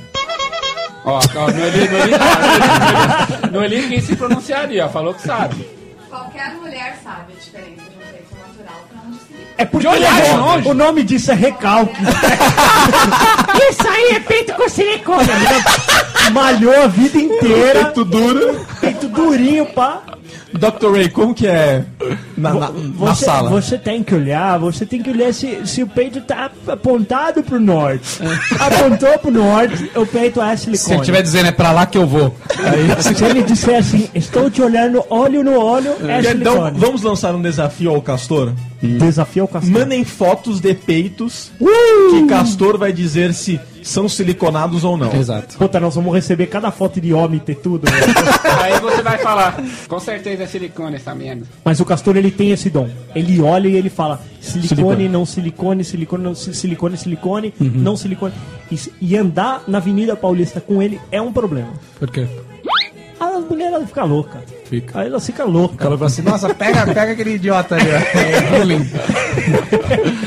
C: Ó, ó, Noeli, Noeli, Noeli, né? quem se pronunciaria, falou que sabe.
I: Qualquer mulher sabe a diferença de um peito natural pra um de silicone.
B: É porque
C: De olhar
B: ele é-
C: de longe.
B: o nome disso é recalque. <laughs> Isso aí é peito com silicone. amigo. Malhou a vida inteira. Peito duro. Peito durinho, pá.
A: Dr. Ray, como que é na, na- na
B: Você,
A: sala?
B: você tem que olhar, você tem que olhar se, se o peito tá apontado pro norte. Apontou pro norte, o peito é
D: É. Se ele
B: silicone. É
D: estiver dizendo é pra lá que eu vou. Aí,
B: Se ele disser assim, estou te olhando olho no olho, é
A: Então,
B: silicone.
A: vamos lançar um desafio ao Castor?
B: Desafio ao castelo.
A: Mandem fotos de peitos que Castor vai dizer se são siliconados ou não.
D: exato.
B: Puta, nós vamos receber cada foto de homem ter tudo. né?
C: Aí você vai falar, com certeza é silicone essa merda.
B: Mas o Castor, ele tem esse dom. Ele olha e ele fala, silicone,
A: Silicone.
B: não silicone, silicone, não si- silicone, silicone,
D: Uhum.
B: não silicone. E, s- e andar na Avenida Paulista com ele é um problema.
D: Por quê?
B: A mulher, ela fica louca.
D: Fica.
B: Aí ela fica louca.
D: Ela falou assim, nossa, pega, pega aquele idiota ali, ó. É bullying.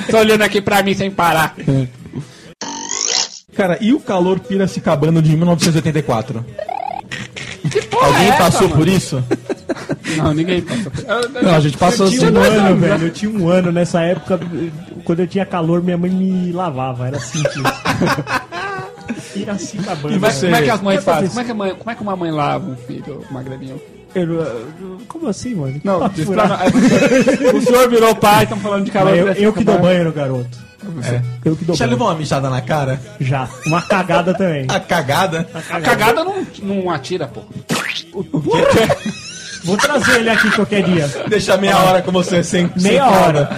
C: Tô olhando aqui pra mim sem parar.
A: Cara, e o calor piracicabano de 1984? Alguém
C: é essa,
A: passou
C: mano?
A: por isso?
C: Não, ninguém passou.
B: Não, a gente passou
C: assim.
B: tinha um ano, velho. Eu tinha um ano nessa época. Quando eu tinha calor, minha mãe me lavava. Era assim, <laughs> tio. Era assim na banda.
C: E vai- como é que as mães
B: Como é que
C: fazem? Como é que, a mãe, como é que uma mãe lava um filho magrelinho?
B: Eu- eu- como assim, mano? Que
C: Não,
B: papo
C: diz pra
B: furado.
C: nós. O senhor virou pai, estamos falando de calor.
B: eu,
C: deve
B: eu
C: ficar
B: que dou
C: bom.
B: banho no garoto. É,
C: assim?
B: Eu que dou
A: Já
B: banho.
A: levou uma mijada na cara?
B: Já. Uma cagada também.
A: A cagada?
C: A cagada não, não atira, pô.
B: Vou trazer ele aqui qualquer dia.
A: Deixar meia hora com você sem. sem
B: Meia
A: fralda.
B: hora.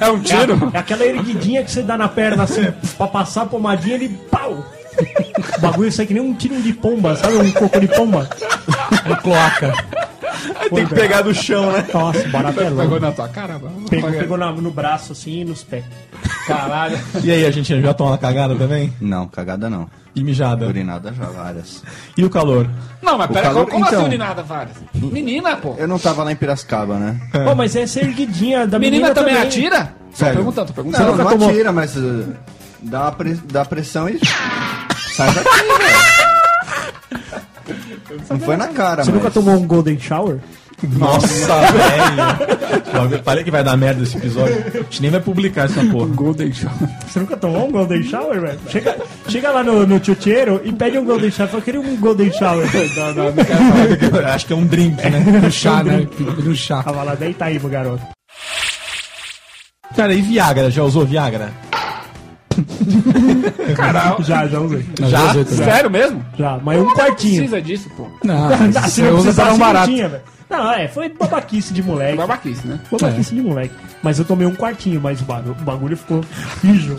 C: É um tiro?
B: É aquela erguidinha que você dá na perna assim, pra passar a pomadinha, ele pau! O bagulho sai que nem um tiro de pomba, sabe? Um coco de pomba. é.
A: Uma É cloaca. Tem que pegar do chão, né?
B: Nossa, barato é
C: Pegou
B: louco.
C: na tua cara, mano.
B: Pegou, pegou na- no braço assim e nos pés.
C: Caralho.
A: E aí, a gente já tomou uma cagada também?
E: Não, cagada não.
A: E mijada?
E: Urinada já, várias.
A: E o calor?
C: Não, mas
E: O
C: pera,
E: calor-
C: como, como
E: então. É,
C: assim urinada, várias? Menina, pô.
E: Eu não tava lá em Piracicaba, né?
A: É.
B: Pô, mas essa é erguidinha da menina,
C: Menina, também, atira? Tô
E: Sério?
C: perguntando, tô perguntando.
E: Não,
B: nunca
E: não
B: tomou?
E: atira, mas uh, dá, a pre- dá pressão e. <laughs> Sai daqui, velho. Não foi na cara,
B: Você
E: mas...
B: nunca tomou um golden shower?
A: Nossa, <laughs> velho. Logo, Falei que vai dar merda esse episódio. A gente nem vai publicar essa porra.
C: Golden Show.
B: Você nunca tomou um golden shower, velho? Chega, chega lá no, no chuteiro e pede um golden shower. Fala, Eu queria um golden shower.
C: Não, não, não quero falar.
A: <laughs> Acho que é um drink, né?
D: No chá, né? No chá.
B: Tava lá, deita aí pro garoto.
A: Cara, e Viagra? Já usou Viagra?
C: Caralho. Ah,
B: Já, já usei.
D: Já?
E: né?
C: Sério mesmo?
B: Já, mas um quartinho.
C: Precisa disso, pô. É
D: Não,
B: Ah,
D: isso
B: se
D: eu
B: não
D: uso
B: precisasse,
D: para um
B: não
D: barato.
B: tinha, velho. Não, é, foi babaquice de
C: É
B: moleque.
C: babaquice, né?
B: Babaquice de moleque. Mas eu tomei um quartinho, mas o bagulho, o bagulho ficou rijo.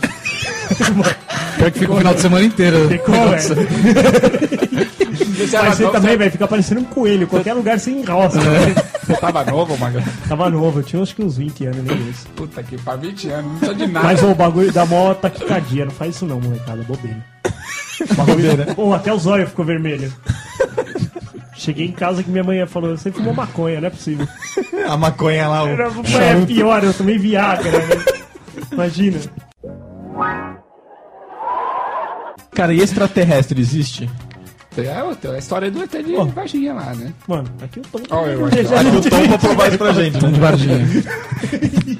D: Pior que fica o final de semana inteiro.
B: Ficou,
D: Nossa.
B: velho.
C: Você
B: Mas você
C: novo,
B: também, velho, fica parecendo um coelho. Qualquer lugar você enroça. velho.
C: Você tava novo, Magal.
B: Tava novo, eu tinha acho que uns 20 anos, nem isso.
C: Puta que pariu, 20 anos, não precisa de nada.
B: Mas ô, o bagulho dá mó taquicardia. Não faz isso não, molecada, é <laughs> bobeira. O Bagulho, Pô, até os olhos ficou vermelho. Cheguei em casa que minha mãe falou, você fumou maconha, não é possível.
A: A maconha lá,
B: Era,
A: o
B: mas é pior, eu tomei Viagra, né? Imagina.
A: Cara, e extraterrestre existe?
C: É, outra, a história do ET de Varginha lá, né?
B: Mano, aqui eu tô.
C: Ó, eu acho
B: Já
A: O Tom vai provar isso pra gente, né?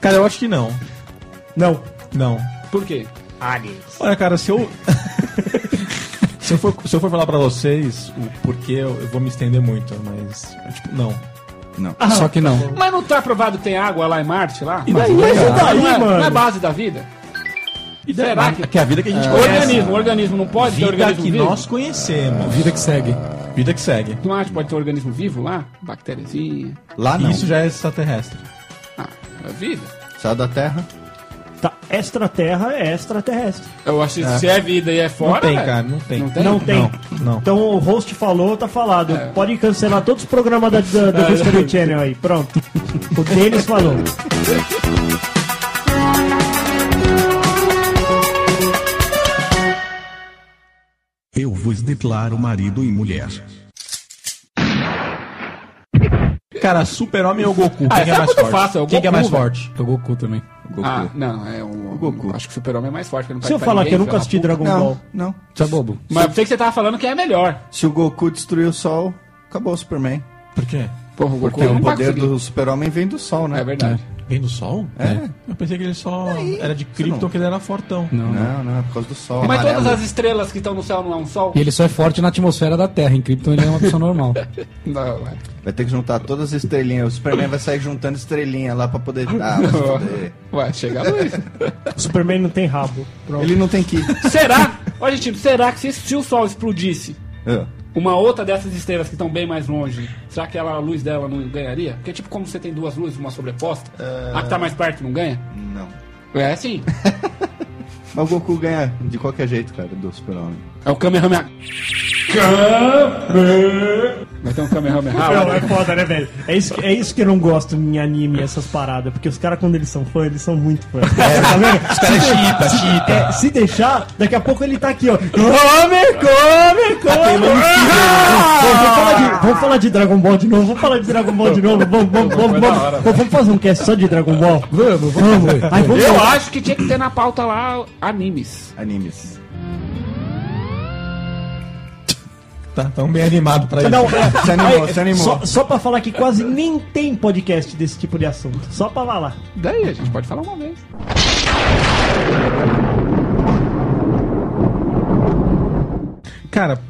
A: Cara, eu acho que não.
B: Não.
A: Não.
C: Por quê?
A: Olha, cara, se eu. <laughs> se, eu for, se eu for falar pra vocês o porquê, eu, eu vou me estender muito, mas. Tipo, não.
D: Só que não.
C: Mas não tá provado que tem água lá em Marte, lá?
A: daí,
C: Mas
B: e daí,
C: não é,
B: mano?
C: Não é base da vida? Será que... Ah,
A: Que é a vida que a gente
C: O
A: conhece.
C: organismo, o organismo não pode ter
A: Vida
C: organismo
A: que
C: vivo?
A: nós conhecemos.
D: Vida que segue.
A: Vida que segue.
C: Tu não acha que pode ter organismo vivo lá? Bactériazinha...
E: Lá não.
A: Isso já é extraterrestre.
C: Ah, é vida?
E: Saiu da terra.
B: Tá, extraterra é extraterrestre.
C: Eu acho que se é vida e é fora...
A: não tem,
C: velho,
A: cara, não tem.
C: Não É. tem?
B: Não tem.
A: não.
B: Então o host falou, tá falado. Pode cancelar todos os programas da, da,
C: É.
B: do Discovery Channel aí. Pronto. O Denis falou.
J: Eu vos declaro marido e mulher.
A: Cara, super-homem ou Goku?
C: Ah,
A: Quem é
C: essa
A: mais
C: é
A: forte?
C: muito fácil, é o
A: Quem que é
C: Goku,
A: mais
C: velho.
A: forte?
D: O Goku também.
C: Ah, não, é o... Goku. Acho que o super-homem é mais forte. que não
B: Se eu
C: perde pra
B: falar
C: ninguém,
B: que eu nunca
C: filho da
B: assisti
C: puta.
B: Dragon Ball.
E: Não, não.
D: Você é bobo.
C: Mas eu sei que você tava falando que é melhor.
E: Se o Goku destruiu o sol, acabou o Superman.
A: Por quê?
C: Porra, o Goku
E: Porque o um
C: não vai
E: poder
C: conseguir.
E: do super-homem vem do sol, né?
C: É verdade.
A: Vem do sol?
E: É.
A: Eu pensei que ele só era de
E: não-
A: Krypton, que ele era fortão.
E: Não, não, é por causa do sol.
C: Mas
E: amarelo.
C: todas as estrelas que estão no céu não é um sol?
D: E ele só é forte na atmosfera da Terra. Em Krypton ele é uma pessoa normal.
C: Não, é.
E: Vai ter que juntar todas as estrelinhas. O Superman vai sair juntando estrelinha lá pra poder. Ah,
C: <laughs>
E: vai se fuder.
C: Ué, chega a luz.
B: O Superman não tem rabo. Pronto.
E: Ele não tem <laughs> que.
C: será? Olha, gente, será que se, se o Sol explodisse,
E: Ah,
C: uma outra dessas estrelas que estão bem mais longe, será que ela, a luz dela não ganharia? Porque, tipo, como você tem duas luzes, uma sobreposta, a que tá mais perto não ganha?
E: não.
C: É, sim.
E: Mas o Goku ganha de qualquer jeito, cara, do super-homem.
C: É o Kamehameha. Kame- Vai ter um Kamehameha.
B: Não,
C: lá,
B: é
C: né?
B: foda, né, velho? É isso, que- é isso que eu não gosto em anime, essas paradas. Porque os caras, quando eles são fãs, eles são muito fãs. Tá vendo? Os caras chita, chita. se deixar, daqui a pouco ele tá aqui, ó. Come, come, come. Pô, Vamos falar, de, vamos falar de Dragon Ball de novo, vamos falar de Dragon Ball de novo. Vamos, vamos, vamos, vamos. Pô, vamos fazer um cast só de Dragon Ball.
D: Vamos, vamos.
B: Aí vamos
C: Eu
B: falar.
C: acho que tinha que ter na pauta lá animes.
E: Animes.
A: Tá tão bem animado pra
B: Não,
A: isso.
B: é,
A: Se animou,
B: aí,
A: se animou.
B: Só, só pra falar que quase nem tem podcast desse tipo de assunto. Só pra falar.
C: Daí a gente pode falar uma vez.
A: Cara,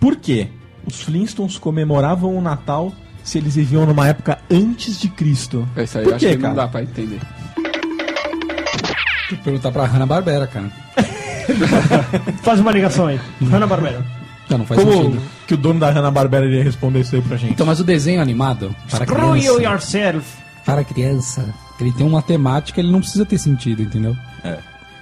A: por quê? Os Flintstones comemoravam o Natal se eles viviam numa época antes de Cristo.
C: É isso aí,
A: por
C: acho
A: quê,
C: que
A: cara?
C: não dá pra entender.
D: Tem que perguntar pra Hanna-Barbera, cara.
B: Faz uma ligação aí. Ana Barbera.
D: Não, não faz
A: Como
D: sentido.
C: né?
A: que o dono da Hanna-Barbera iria responder isso aí pra gente?
D: Então, mas o desenho animado, para
B: Screw you
D: criança,
B: yourself.
D: para criança, ele tem uma temática, ele não precisa ter sentido, entendeu? É.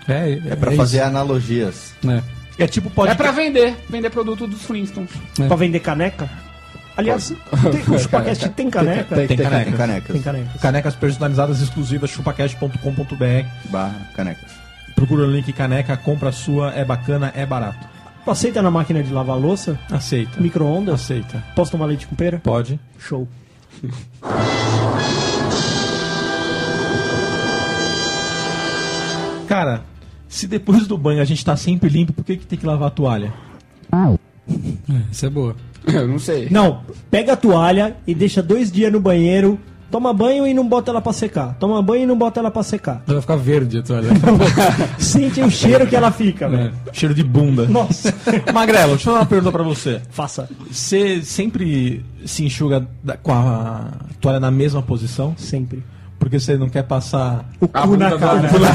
D: É,
E: É pra
D: isso.
E: fazer analogias.
D: É.
A: É tipo
C: É
A: podcast.
C: pra vender, vender produto dos Flintstones.
B: Pra vender caneca. Aliás, tem, o Chupacast tem caneca?
E: Tem, tem, caneca.
A: canecas.
E: Tem canecas.
B: Tem caneca.
A: Canecas personalizadas exclusivas, chupacast.com.br.
E: Barra canecas.
A: Procura o link caneca, compra a sua, é bacana, é barato.
B: Aceita na máquina de lavar louça?
A: Aceita.
B: Micro-ondas?
A: Aceita.
B: Posso tomar leite com pera?
A: Pode.
B: Show.
A: Cara, se depois do banho a gente tá sempre limpo, por que, que tem que lavar a toalha?
D: Isso é boa.
C: <laughs> Eu não sei.
B: Não, pega a toalha e deixa dois dias no banheiro. Toma banho e não bota ela pra secar. Toma banho e não bota ela pra secar.
D: Ela vai ficar verde a
E: <laughs>
D: toalha.
E: É
B: Sente o cheiro que ela fica, velho.
A: Cheiro de
E: <laughs>
A: bunda.
B: Nossa, <laughs>
A: Magrelo, deixa eu fazer uma pergunta pra você.
B: faça.
A: Você sempre se enxuga da- com a toalha na mesma posição?
B: Sempre.
A: Porque você não quer passar.
B: O
C: A
B: cu na
C: bunda
B: cara.
C: vai-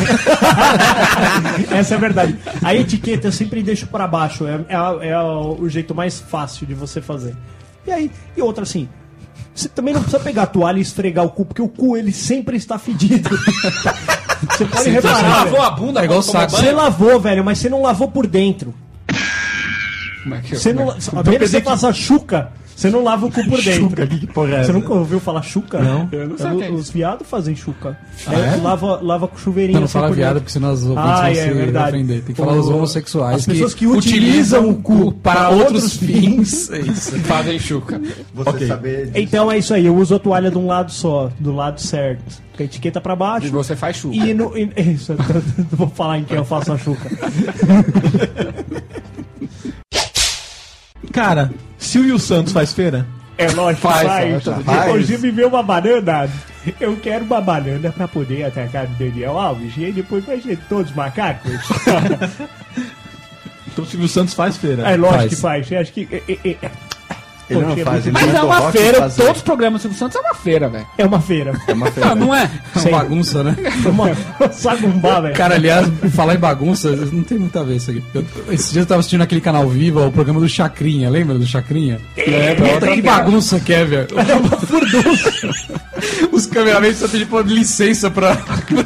B: <laughs> Essa é a verdade. A etiqueta eu sempre deixo pra baixo. É, é a- é o o jeito mais fácil de você fazer. E aí, e outra assim. Você também não precisa pegar a toalha e esfregar o cu, porque o cu ele sempre está fedido. <laughs> você pode reparar. velho.
D: a
E: um
D: bunda, é igual o saco.
B: Você lavou, velho, mas você não lavou por dentro.
C: Como é que
B: Você
D: Né?
B: não,
C: como
B: la-
D: Então
B: a menos que você faça chuca, você não lava o cu por dentro.
D: é
B: Você nunca ouviu falar chuca?
A: Não.
C: Eu não sei o que é
B: Os viados fazem chuca. É, lava, lava com chuveirinho.
D: Não, Ah, Então
B: assim
D: não fala
B: por
D: viado,
B: dentro.
D: porque senão as ouvintes
B: Ah,
D: vão
B: é
D: se
B: verdade.
D: ofender. Tem que falar
B: O-
D: os homossexuais
B: as pessoas que utilizam o cu para outros
D: fins. <laughs> É isso.
C: é? Fazem chuca.
E: Você saber disso.
B: Então é isso aí, eu uso a toalha de um lado só, do lado certo. Com a etiqueta pra
C: E
B: baixo.
C: você faz chuca.
B: E no. e- <laughs> isso, eu não vou falar em quem eu faço a
D: <laughs>
B: chuca.
A: Cara, Silvio Santos faz feira?
B: É lógico,
C: Faz,
B: faz.
C: faz,
E: faz.
B: Hoje me veio uma banana. Eu quero uma banana pra poder atacar o Daniel Alves. E aí depois vai ser todos macacos.
A: Então Silvio Santos faz feira.
B: É lógico
D: Faz.
B: que faz. Eu acho que. É, é, é-
E: Ele não
B: Poxa,
E: faz, ele
C: Mas é
E: manda o
C: uma
E: Rock
C: feira,
E: fazer.
C: todos os programas do Silvio Santos é uma feira, velho.
B: é uma feira.
E: É uma feira.
C: Não, não é?
D: É uma bagunça, né?
B: É <laughs> uma sagumbá, velho.
D: Cara, aliás, falar em bagunça, não tem muito a ver isso aqui. Eu- esse dia eu tava assistindo aquele canal Viva, o programa do Chacrinha, lembra do Chacrinha? Puta, que bagunça que <laughs> é, velho. É uma furdunça. Os cameramen só tem tipo licença pra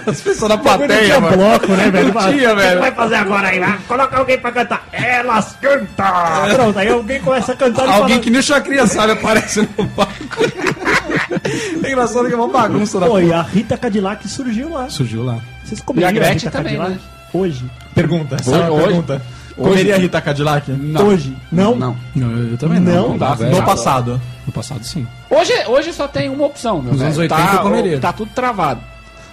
D: as pessoas na plateia, mano.
B: bloco, né, velho?
D: Não tinha, velho.
B: vai fazer agora aí? vai? Coloca alguém pra cantar. Elas cantam! Pronto, aí alguém começa a cantar e
D: Alguém
B: fala-
D: que nem o Chacrinha sabe aparece no palco. <laughs> É engraçado que é uma bagunça da
B: Pô, e a Rita Cadillac surgiu lá.
D: Surgiu lá.
B: Vocês comeriam
C: E a
B: a
C: Gretchen
B: Rita
C: também,
B: Cadillac? Hoje.
A: Pergunta, essa é uma
C: hoje- é
A: pergunta. Comeria Rita Cadillac?
C: Não.
B: Hoje. Não?
C: Não.
D: Não, eu também não.
B: Não?
D: dá, velho.
A: No passado.
D: No passado, sim.
C: Hoje, hoje só tem uma opção, meu
D: Nos
C: velho.
D: anos 80
C: tá,
D: eu comeria.
C: Tá tudo travado.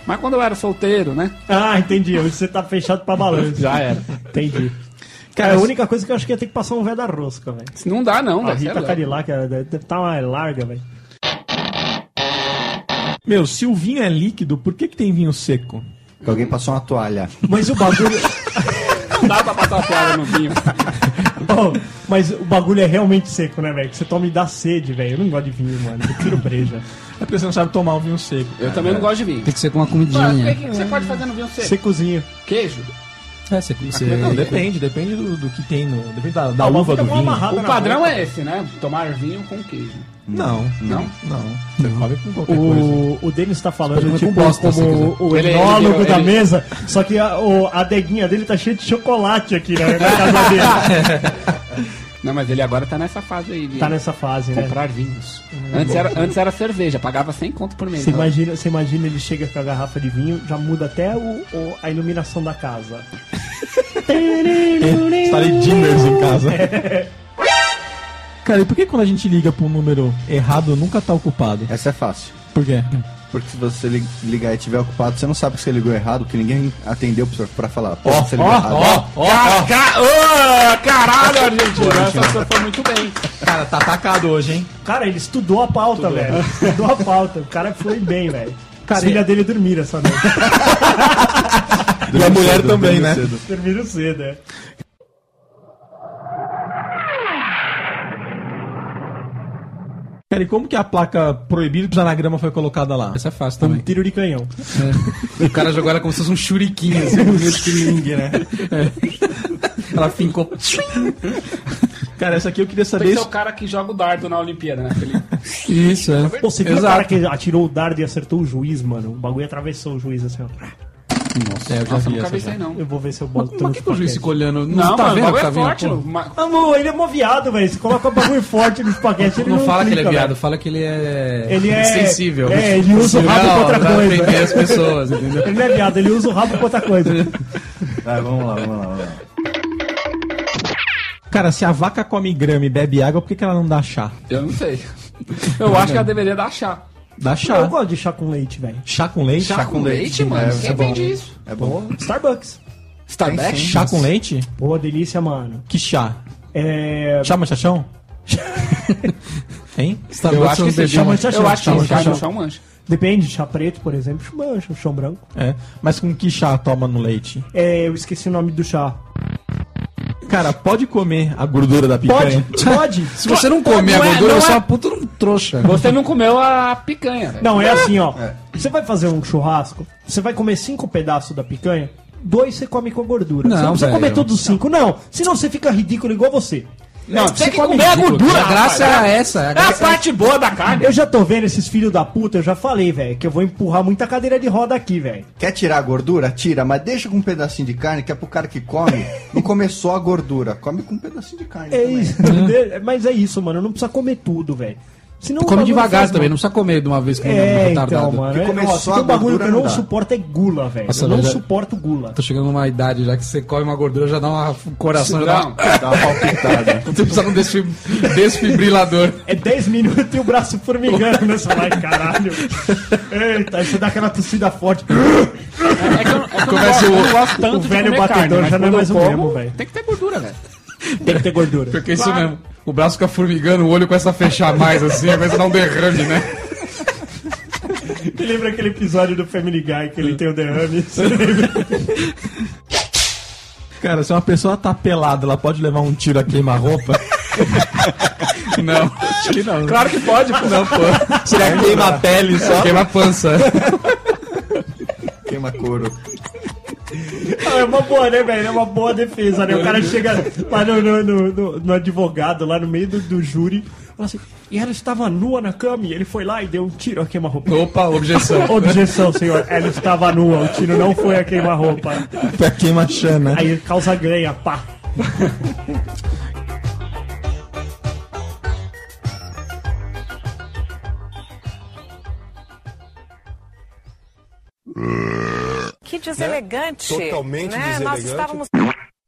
C: Mas quando eu era solteiro, né?
B: Ah, entendi. Hoje você tá fechado pra balanço.
C: Já era.
B: Entendi. Cara, a única coisa que eu acho que ia ter que passar um véio da rosca, velho.
C: Se Não dá, não,
D: Ah,
B: A
C: velho. cê
B: Rita
C: é
B: tá
C: louco.
B: Cadillac ela deve tá uma larga, velho.
A: Meu, se o vinho é líquido, por que, que tem vinho seco?
E: Que alguém passou uma toalha.
B: Mas o
C: <laughs>
B: bagulho.
C: Não dá pra passar a toalha no vinho.
B: Ô, mas o bagulho é realmente seco, né, velho? Que Você toma e dá sede, velho. Eu não gosto de vinho, mano. Eu tiro breja.
A: É porque você não sabe tomar um vinho seco.
C: Eu também não gosto de vinho.
D: Tem que ser com uma
C: Mas o que
D: comidinha.
C: que você pode fazer no vinho seco?
B: Secozinho.
C: Queijo?
D: É, você, você...
A: Não, depende, depende do, do que tem no. Depende da, da
B: Ah, mas
A: uva
B: fica
A: do
B: mó
A: vinho.
B: amarrado. Nada
C: O
B: na
C: padrão
B: boca.
C: é esse, né? Tomar vinho com queijo.
A: Não,
C: Não?
A: não. Você come com qualquer coisa.
B: O, o Denis tá falando,
D: comer
B: tipo,
D: com bosta, se
B: como
D: quiser.
B: o, o
C: Ele- ele
B: enólogo
C: virou-
B: da
C: ele-
B: mesa, só que a, o, a adeguinha dele tá cheia de chocolate aqui, né? Na casa dele.
C: Não, mas ele agora tá nessa fase aí de
B: Tá nessa fase, né?
C: comprar vinhos.
D: É.
C: Antes era, antes era cerveja, pagava 100 conto por mês.
B: Você imagina, você imagina ele chega com a garrafa de vinho, já muda até o, o- a iluminação da casa.
A: Estarei dinners em <laughs> casa. Cara, e por que quando a gente liga pra um número errado nunca tá ocupado?
E: Essa é fácil.
A: Por quê?
E: Porque se você li- ligar e tiver ocupado, você não sabe que você ligou errado, porque ninguém atendeu pra- pra falar. Pô, você ligou errado.
D: Ó, ó, ó.
C: pra caralho, Argentina.
A: Argentina.
C: Essa você foi muito bem.
A: Cara, tá atacado hoje, hein?
B: Cara, ele estudou a pauta, velho. Estudou a pauta. O cara foi bem, velho. As
A: Cara,
B: filhas
A: e-
B: dele dormiram essa noite. <laughs>
A: E a mulher também, né?
B: dormiram cedo, é.
A: Cara, e como que a placa proibido dos anagrama foi colocada lá?
D: Essa é fácil
B: Um
D: também.
B: tiro de canhão.
D: O cara jogou ela como se fosse um shuriken, assim, meio estilingue, né? <laughs> É. Ela fincou.
A: Cara, essa aqui eu queria
C: Tem que
A: saber.
C: ser o
A: se-
C: cara que joga o dardo na Olimpíada, né?
D: <laughs>
C: Aquele-
D: Isso, é.
B: Pô, você viu o cara que atirou o dardo e acertou o juiz, mano? O bagulho atravessou o juiz assim, ó.
D: É, eu já
C: Nossa,
D: vi
C: nunca
D: essa
C: vi isso
D: já.
C: aí, não.
B: Eu vou ver se eu
D: Mas
B: boto
D: por que, que o juiz ficou olhando? Não,
C: Não,
D: tá
C: mano, o
D: vendo o
C: bagulho
D: que tá
C: é
D: vendo?
C: forte.
D: porra?
C: ma-
B: Amor, ele é mó viado, velho. Você coloca o bagulho forte no paquete, ele
D: Não,
B: não,
D: fala que ele é
B: clica,
D: viado,
B: velho.
D: fala que ele é.
B: Ele é-
D: Sensível.
B: é, ele usa o rabo
D: Não,
B: contra
D: pra
B: coisa.
D: Defender as pessoas,
C: né? <laughs>
D: entendeu?
B: Ele não é viado, ele usa o rabo pra outra
D: <laughs>
B: coisa.
E: Vai, vamos lá, vamos lá, vamos lá.
A: Cara, se a vaca come grama e bebe água, por que, que ela não dá chá?
C: Eu não
D: <laughs>
C: sei. Eu acho que ela deveria dar chá.
A: Dá
B: Eu
A: chá.
B: gosto de chá com leite, velho.
A: Chá com leite?
C: Chá Tá com leite, mano? Quem vende isso?
E: Tá É bom.
B: Starbucks.
C: Starbucks?
A: Chá com leite?
B: Boa delícia, mano.
A: Que chá?
B: É.
A: Chama chachão?
B: <laughs>
A: hein?
D: Starbucks
C: acho
D: é um
C: que sim, um
D: bebê,
B: chama
D: mano.
B: de chachão.
C: Eu acho que
B: Chama de
C: chá
B: chachão.
C: com chá mancha.
B: Depende, chá preto, por exemplo, chá mancha, chá branco.
A: É. Mas com que chá toma no leite?
B: É, eu esqueci o nome do chá.
A: Cara, pode comer a gordura da picanha?
D: <laughs>
B: pode.
D: Se você não comer a
C: Não é-
D: gordura,
C: não
D: você é
C: é-
D: uma puta um trouxa.
C: Você não é comeu a picanha, velho.
B: Não, é assim, ó. Você vai fazer um churrasco, você vai comer cinco pedaços da picanha, dois você come com a gordura.
D: Não,
B: você não precisa
D: velho.
B: comer todos os cinco, não. Senão você fica ridículo igual você.
D: É,
C: Não, tem que
D: come
C: comer a
D: ridículo.
C: gordura,
D: A É graça
C: rapaz.
D: era essa. A
C: É a
D: graça
C: parte boa da carne.
B: Eu já tô vendo esses filhos da puta, eu já falei, velho, que eu vou empurrar muita cadeira de roda aqui, velho.
E: Quer tirar a gordura? Tira, mas deixa com um pedacinho de carne, que é pro cara que come, não comer só a gordura. Come com um pedacinho de carne.
B: É
E: também.
B: isso, <laughs> mas é isso, mano. Não precisa comer tudo, velho. Senão o
D: Come
B: bagulho
D: devagar
B: faz
D: também, não
B: mal.
D: precisa comer de uma vez como
B: É,
D: um retardado.
B: então, mano.
E: Que
B: É,
E: comer
B: ó, se
E: só
B: tem
E: a
B: um bagulho que eu
E: gordura
B: não
E: não dá.
B: suporto é gula, velho.
D: Nossa,
B: Eu não
D: mas já-
B: suporto gula.
D: Tô chegando numa idade já que você come uma gordura, já dá uma. O coração já dá
C: Não,
D: uma. Você precisa de um desfib- desfibrilador.
B: É 10 minutos e o braço formigando <laughs> nessa live, caralho. Eita, aí você dá aquela tossida forte.
C: é que eu, é que eu não
D: Começa
C: gosto,
D: o-
C: eu não gosto tanto
B: o velho
C: de comer
B: batedor
C: carne, mas
B: já não é
C: quando eu
B: mais o
C: como,
B: mesmo, velho.
C: Tem que ter gordura, velho.
B: Tem que ter gordura.
D: Porque é isso mesmo. O braço fica formigando, o olho começa a fechar mais assim, começa a dar um derrame, né?
B: Você lembra aquele episódio do Family Guy que ele tem o derrame? Você lembra?
A: Cara, se uma pessoa tá pelada, ela pode levar um tiro a queima-roupa? <laughs>
D: Não.
C: Claro que pode, pô.
D: Não, pô.
A: Será que queima a pele só?
D: Queima a pança.
E: Queima couro.
B: <laughs> Ah, é uma boa, né, velho? É uma boa defesa, né? O cara chega lá no, no, no- no- no advogado, lá no meio do, do júri, fala assim, e ela estava nua na cama e ele foi lá e deu um tiro a queima-roupa.
D: Opa, objeção.
B: Objeção, senhor. Ela estava nua, o tiro não foi a queima-roupa.
A: Pra queima-chã, né?
B: Aí causa ganha, pá.
K: Que deselegante.
L: Totalmente
K: né? Nós
L: deselegante.
K: estávamos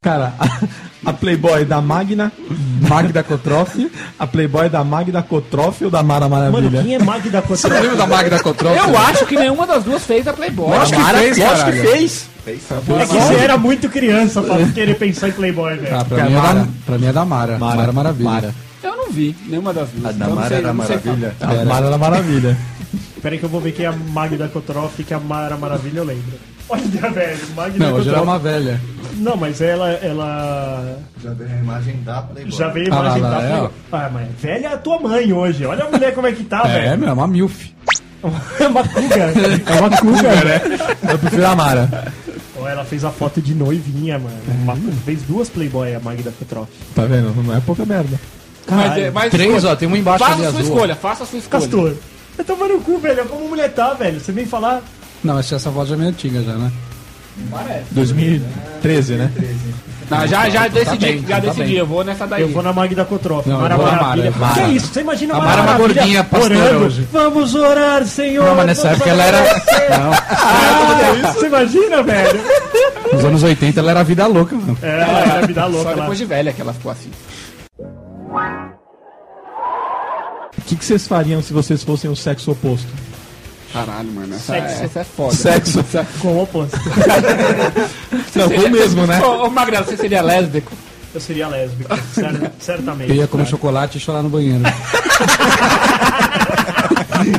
A: Cara, a, a Playboy da Magna,
D: Magda Kotroff.
A: a Playboy da Magda Cotrof ou da Mara
B: Mano,
A: Maravilha?
B: quem é Magda
D: Você não
B: Cotrão?
D: lembra da Magda Kotroff?
C: Eu acho que nenhuma das duas fez a Playboy.
D: acho que fez, cara.
A: fez.
B: É que você era muito criança pra querer pensar em Playboy, velho.
D: Ah, pra, mim é
A: Mara.
D: da, pra mim é da Mara. Mara, Maravilha.
C: Eu não vi nenhuma das duas.
E: A
C: Então, não
E: Damara
C: sei-
E: era
C: não sei
E: maravilha.
A: A Mara Maravilha.
B: Pera aí que eu vou ver quem é a Magda Kotroff, que a Mara Maravilha eu lembro. Olha, velho, Magda
D: Não, hoje era
B: Kotroff.
D: uma velha.
B: Não, mas ela, ela
E: Já veio a imagem da Playboy.
B: já veio
D: Ah, lá,
B: imaginar.
D: lá, é, ó.
B: ah, mas velha é a tua mãe hoje. Olha a mulher como é que tá,
C: Ah,
D: É,
B: velho.
D: meu, é uma milf.
B: É uma cuca. É uma cuca, né?
A: Eu prefiro a Mara.
B: Ó, ela fez a foto de noivinha, mano. Uma-
D: Hum.
B: Fez duas Playboy a Magda Kotroff.
A: Tá vendo? Não é pouca merda.
C: Mas, é- mas
D: Três,
C: escolha.
D: ó, tem uma embaixo
C: Faça
D: ali
C: a sua
D: azul. ó.
C: escolha, faça a sua escolha.
B: Castor. Vai tomar no cu, velho. Como mulher tá, velho. Você vem falar.
D: Não, mas essa voz já é meio antiga já, né?
C: é.
A: 2013, né?
C: Não, Tá, já, já decidi,
D: bem,
C: já
D: tá
C: decidi.
D: bem.
C: Eu vou nessa daí.
B: Eu vou na Magda Kotroff.
D: Não, eu
B: Mara
D: vou na
B: Maravilha.
D: Mara,
B: Que
D: Mara.
B: é isso? Você imagina
D: A Mara é uma
B: Maravilha
D: gordinha, pastora
B: orando?
D: hoje.
B: Vamos orar, Senhor.
D: Não, mas nessa
B: vamos
D: época ela
B: orar.
D: era.
B: Ah, Você imagina,
D: <laughs>
B: velho?
D: Não, nos anos 80 ela era vida louca, mano.
B: É, ela era vida
C: Só
B: louca lá.
C: depois de velha que ela ficou assim.
A: O que, que vocês fariam se vocês fossem o sexo oposto?
C: Caralho, mano. Essa,
B: Sexo.
C: essa é foda.
A: Sexo.
B: Com o oposto.
A: Não, foi mesmo, né?
C: <laughs> Ô, ô Magrela, você seria lésbico?
B: eu seria lésbica, cer- certamente.
D: Eu ia comer chocolate e chorar no banheiro.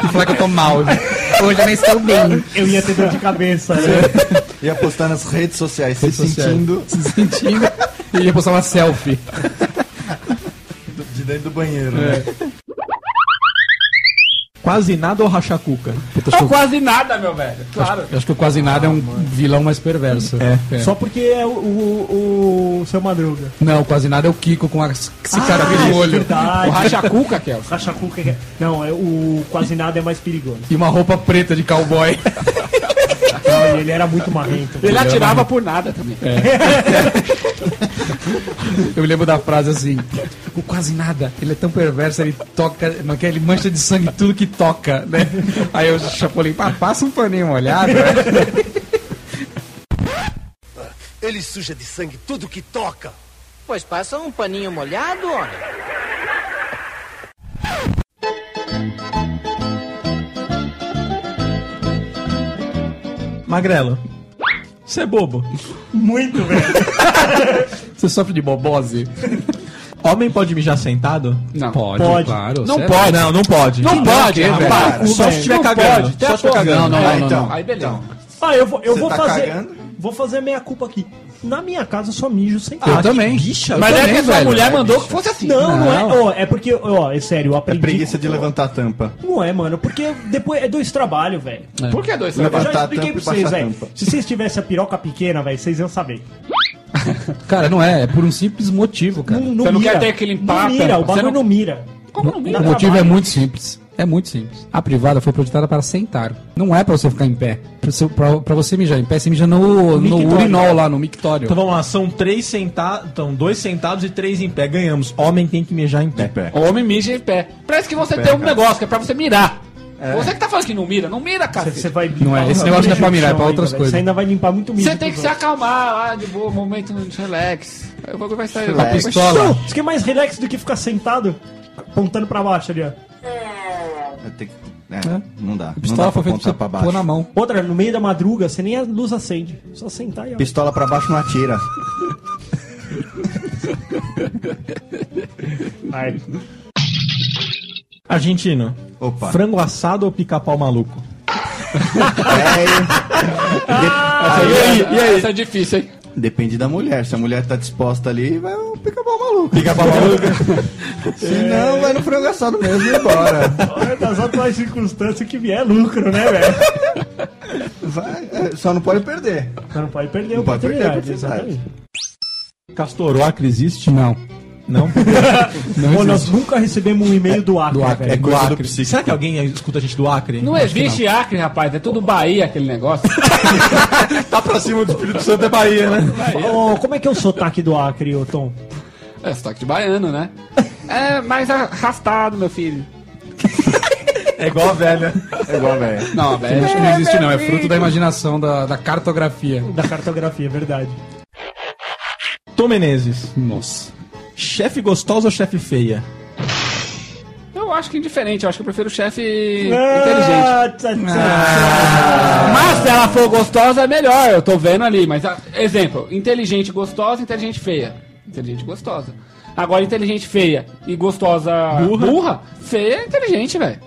D: e <laughs> falar que eu tô mal. né? Hoje eu não estou bem.
B: Eu ia ter dor de cabeça, né?
E: Ia postar nas redes sociais,
D: Redes
E: se
D: sociais.
E: sentindo
D: Se sentindo. E ia postar uma selfie.
E: do- de dentro do banheiro, né?
A: Quase nada ou rachacuca?
D: Puta,
C: É
D: acho, que eu-
C: quase nada, meu velho. Claro.
D: acho que o quase nada é um vilão mais perverso. É.
B: Só porque é o, o, o seu Madruga.
D: Não, quase nada é o Kiko com a cara
B: Ah,
D: no
B: é
D: olho.
B: verdade.
D: O racha-cuca, Kel.
B: Racha Cuca é... Não, é o quase nada é mais perigoso.
D: E uma roupa preta de cowboy.
B: Não, ele era muito marrento.
C: Ele atirava por nada também.
D: Eu me lembro da frase assim: o quase nada, ele é tão perverso, ele toca, não quer, ele mancha de sangue tudo que toca, né? Aí o Chapolin, "Ah, passa um paninho <laughs> molhado.
L: Ele suja de sangue tudo que toca.
M: Pois passa um paninho molhado, homem.
A: Magrelo. Você é bobo.
B: Muito, velho.
D: Você sofre de bobose?
A: Homem pode mijar sentado?
C: Não.
D: Pode,
A: Pode.
D: claro. é
A: Não
D: sério.
A: pode. Não, não pode.
C: Não pode,
A: Não,
C: rapaz.
A: cara,
C: Não
A: Só se
C: pode.
A: estiver
C: Não
A: cagando.
C: pode. Até
A: Só se estiver
C: pode.
A: cagando.
C: Não, não,
A: Ah,
C: não,
A: então.
C: não. Aí beleza.
B: Ah, eu vou, eu
E: Você
B: vou
E: tá
B: fazer.
E: cagando?
B: Vou fazer meia culpa aqui. Na minha casa eu só mijo sem
D: Eu também.
A: Bicha,
C: Mas
D: Eu
C: é que
D: também,
C: a sua
D: velho.
C: mulher mandou que fosse assim.
B: Não, não, é.
D: Não.
B: ó, é porque, ó, é sério, eu
E: É
B: aprendi.
E: preguiça de levantar a tampa.
B: Não é, mano, porque depois é dois trabalhos, velho.
C: Por que dois?
B: Eu já
E: Levantar a
B: expliquei
E: tampa
B: pra
E: e
B: vocês,
E: baixar a
B: velho.
E: tampa.
B: Se vocês tivessem a piroca pequena, velho, vocês iam saber.
D: Cara, não é, é por um simples motivo, cara.
C: Você não quer ter que limpar a
B: Não mira,
C: tampa,
B: o
C: você
B: bagulho não...
C: não-
B: mira.
C: Como não
D: O
B: Dá
C: mira?
D: motivo é
B: trabalho.
D: muito simples. É muito simples. A privada foi projetada para sentar. Não é para você ficar em pé. Pra você- Pra pra você mijar em pé, você mija no, no
B: mictório.
D: urinol lá, no mictório.
A: Então vamos lá, são três sentados. Então, dois sentados e três em pé. Ganhamos. Homem tem que mijar em É pé.
E: pé.
C: Homem mija em pé. Parece que você
E: Pé,
C: tem um
E: cara.
C: negócio que é pra você mirar. Você que tá falando que não mira, não mira,
E: Ah,
B: Você-
C: cara.
B: Você vai
D: Não é, esse negócio não é pra mirar, é pra outras coisas.
B: Você ainda vai limpar muito mijo.
C: Você tem que se acalmar lá, de boa, momento de relax. Aí o bagulho vai sair.
D: A
E: Relax.
D: pistola.
B: Isso que é mais relax do que ficar sentado apontando pra baixo ali, ó.
E: É, tem que- é, Não dá.
D: A pistola
E: não dá
D: foi feita pra
E: apontar
D: você pôr na mão.
B: Outra, no meio da madruga, você nem a luz acende. Só sentar e ó.
E: Pistola pra baixo não atira.
B: Vai.
A: Argentino.
E: Opa.
A: Frango assado ou pica-pau maluco?
E: É,
C: E aí, e aí? Isso é difícil, hein?
E: depende da mulher. Se a mulher tá disposta ali, vai um pica-pau maluco. <laughs> É.
A: Pica-pau maluco?
E: Se não, vai no frango assado mesmo e embora.
B: Olha, É, das atuais circunstâncias que vier é lucro, né, velho?
E: Vai, é, só não pode perder.
B: Você não pode perder a
E: Não pode perder a
B: oportunidade.
E: oportunidade.
B: exatamente. É.
A: Castor, o Acre existe?
D: Não.
A: Não?
D: Não
B: Pô, nós
D: existe.
B: nunca recebemos um e-mail do Acre,
D: do Acre.
B: velho.
E: É coisa do
A: Será que é alguém escuta a gente do Acre?
C: Não existe Acre, rapaz. É tudo Bahia aquele negócio.
A: Tá pra cima do Espírito Santo é Bahia, né?
B: Ô, como é que é o sotaque do Acre, ô Tom?
C: É sotaque de baiano, né? É mais arrastado, meu filho.
A: É igual a velha.
E: É igual, velho.
D: Não, velho, acho que não existe não. É fruto da imaginação, da, da cartografia.
B: Da cartografia, é verdade.
A: Tom Menezes.
D: Nossa.
A: Chefe gostosa ou chefe feia?
C: Eu acho que é indiferente. Eu acho que eu prefiro o chefe É, inteligente.
B: Ah, tchá, tchá.
C: Mas se ela for gostosa, é melhor. Eu tô vendo ali. Mas, ah, exemplo, inteligente gostosa, inteligente feia. Inteligente gostosa. Agora, inteligente feia e gostosa burra, feia é inteligente, velho.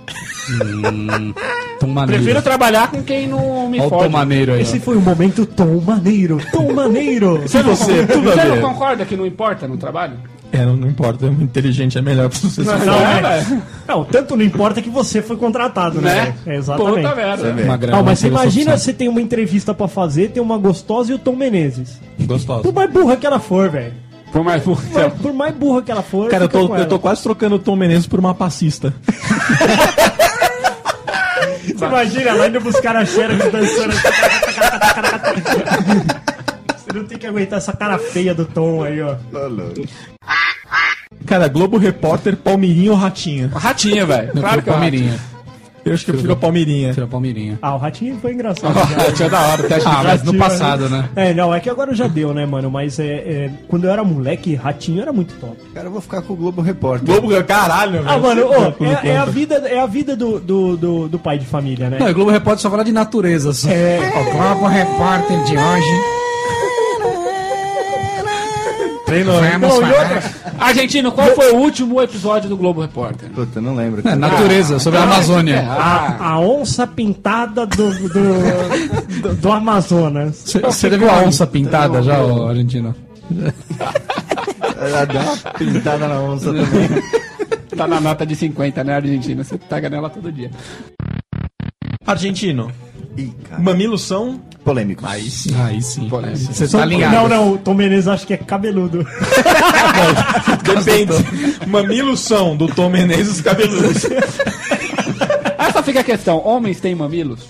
D: Tom maneiro.
C: Prefiro trabalhar com quem não me
D: Olha o tom
C: fode.
D: maneiro aí.
B: Esse
D: ó.
B: foi o momento Tom Maneiro, Tom Maneiro.
C: Você não,
A: Você,
C: concorda,
A: tudo a
C: você
A: ver.
C: não concorda que não importa no trabalho?
A: É, não, não importa. Inteligente é melhor pra você
C: Não,
A: ser.
B: Não,
C: é,
B: é.
C: velho.
B: Não, tanto não importa que você foi contratado, né?
C: Né?
B: velho? É, Exatamente.
C: Puta merda.
E: Você vê.
A: É,
D: Magrelo,
B: Não, mas você
D: pela sua
B: imagina
D: opção.
B: você tem uma entrevista pra fazer, tem uma gostosa e o Tom Menezes.
A: Gostosa.
B: Por mais burra que ela for, velho.
C: Por mais por
B: Por, mais- por mais burra que ela for,
A: Cara, eu
B: fica
A: tô,
B: com
A: eu
B: ela.
A: tô quase trocando o Tom Menezes por uma passista.
B: Você imagina ela indo buscar a Xerox dançando. assim, <laughs> Você não tem que aguentar essa cara feia do Tom aí, ó.
A: Cara, Globo Repórter, Palmeirinha ou Ratinha?
C: Ratinha, velho.
D: Não,
C: Claro
D: foi
C: que é o Ratinha.
D: Palmeirinha.
A: Eu acho que eu prefiro a Palmeirinha.
D: Tira a Palmeirinha.
B: Ah, o Ratinho
A: <laughs>
B: foi engraçado. cara.
C: Ratinha é da hora. Teste
D: Ah, mas no
B: Ratinho,
D: passado, né?
B: É, não, é que agora já deu, né, mano? Mas é, é, quando eu era moleque, Ratinho era muito top.
E: Cara, eu vou ficar com o Globo Repórter.
A: Globo, caralho,
B: Ah, mano, ô,
A: Globo
B: é, é a
A: Repórter.
B: vida, é a vida do, do, do, do pai de família, né?
D: Não, e Globo Repórter só fala de natureza. só.
B: É.
D: O Globo Repórter de hoje.
A: Treinou.
C: Não, e outra, Argentino, qual foi o último episódio do Globo Repórter?
E: Puta, não lembro.
D: É, natureza, sobre a Amazônia.
B: A, a onça pintada do, do, do, do Amazonas.
D: Você levou a onça pintada já, ô, Argentina?
E: Ela dá uma pintada na onça também.
C: Tá na nota de 50, né, Argentina? Você pega nela todo dia.
A: Argentino. Mamilos são polêmicos. Aí sim.
D: Aí sim.
A: é
D: Você
B: São-
D: tá ligado.
B: Não, não, o Tom Menezes acho que é cabeludo.
A: Depende. Mamilos são do Tom Menezes cabeludos.
C: Ah, só fica a questão: homens têm mamilos?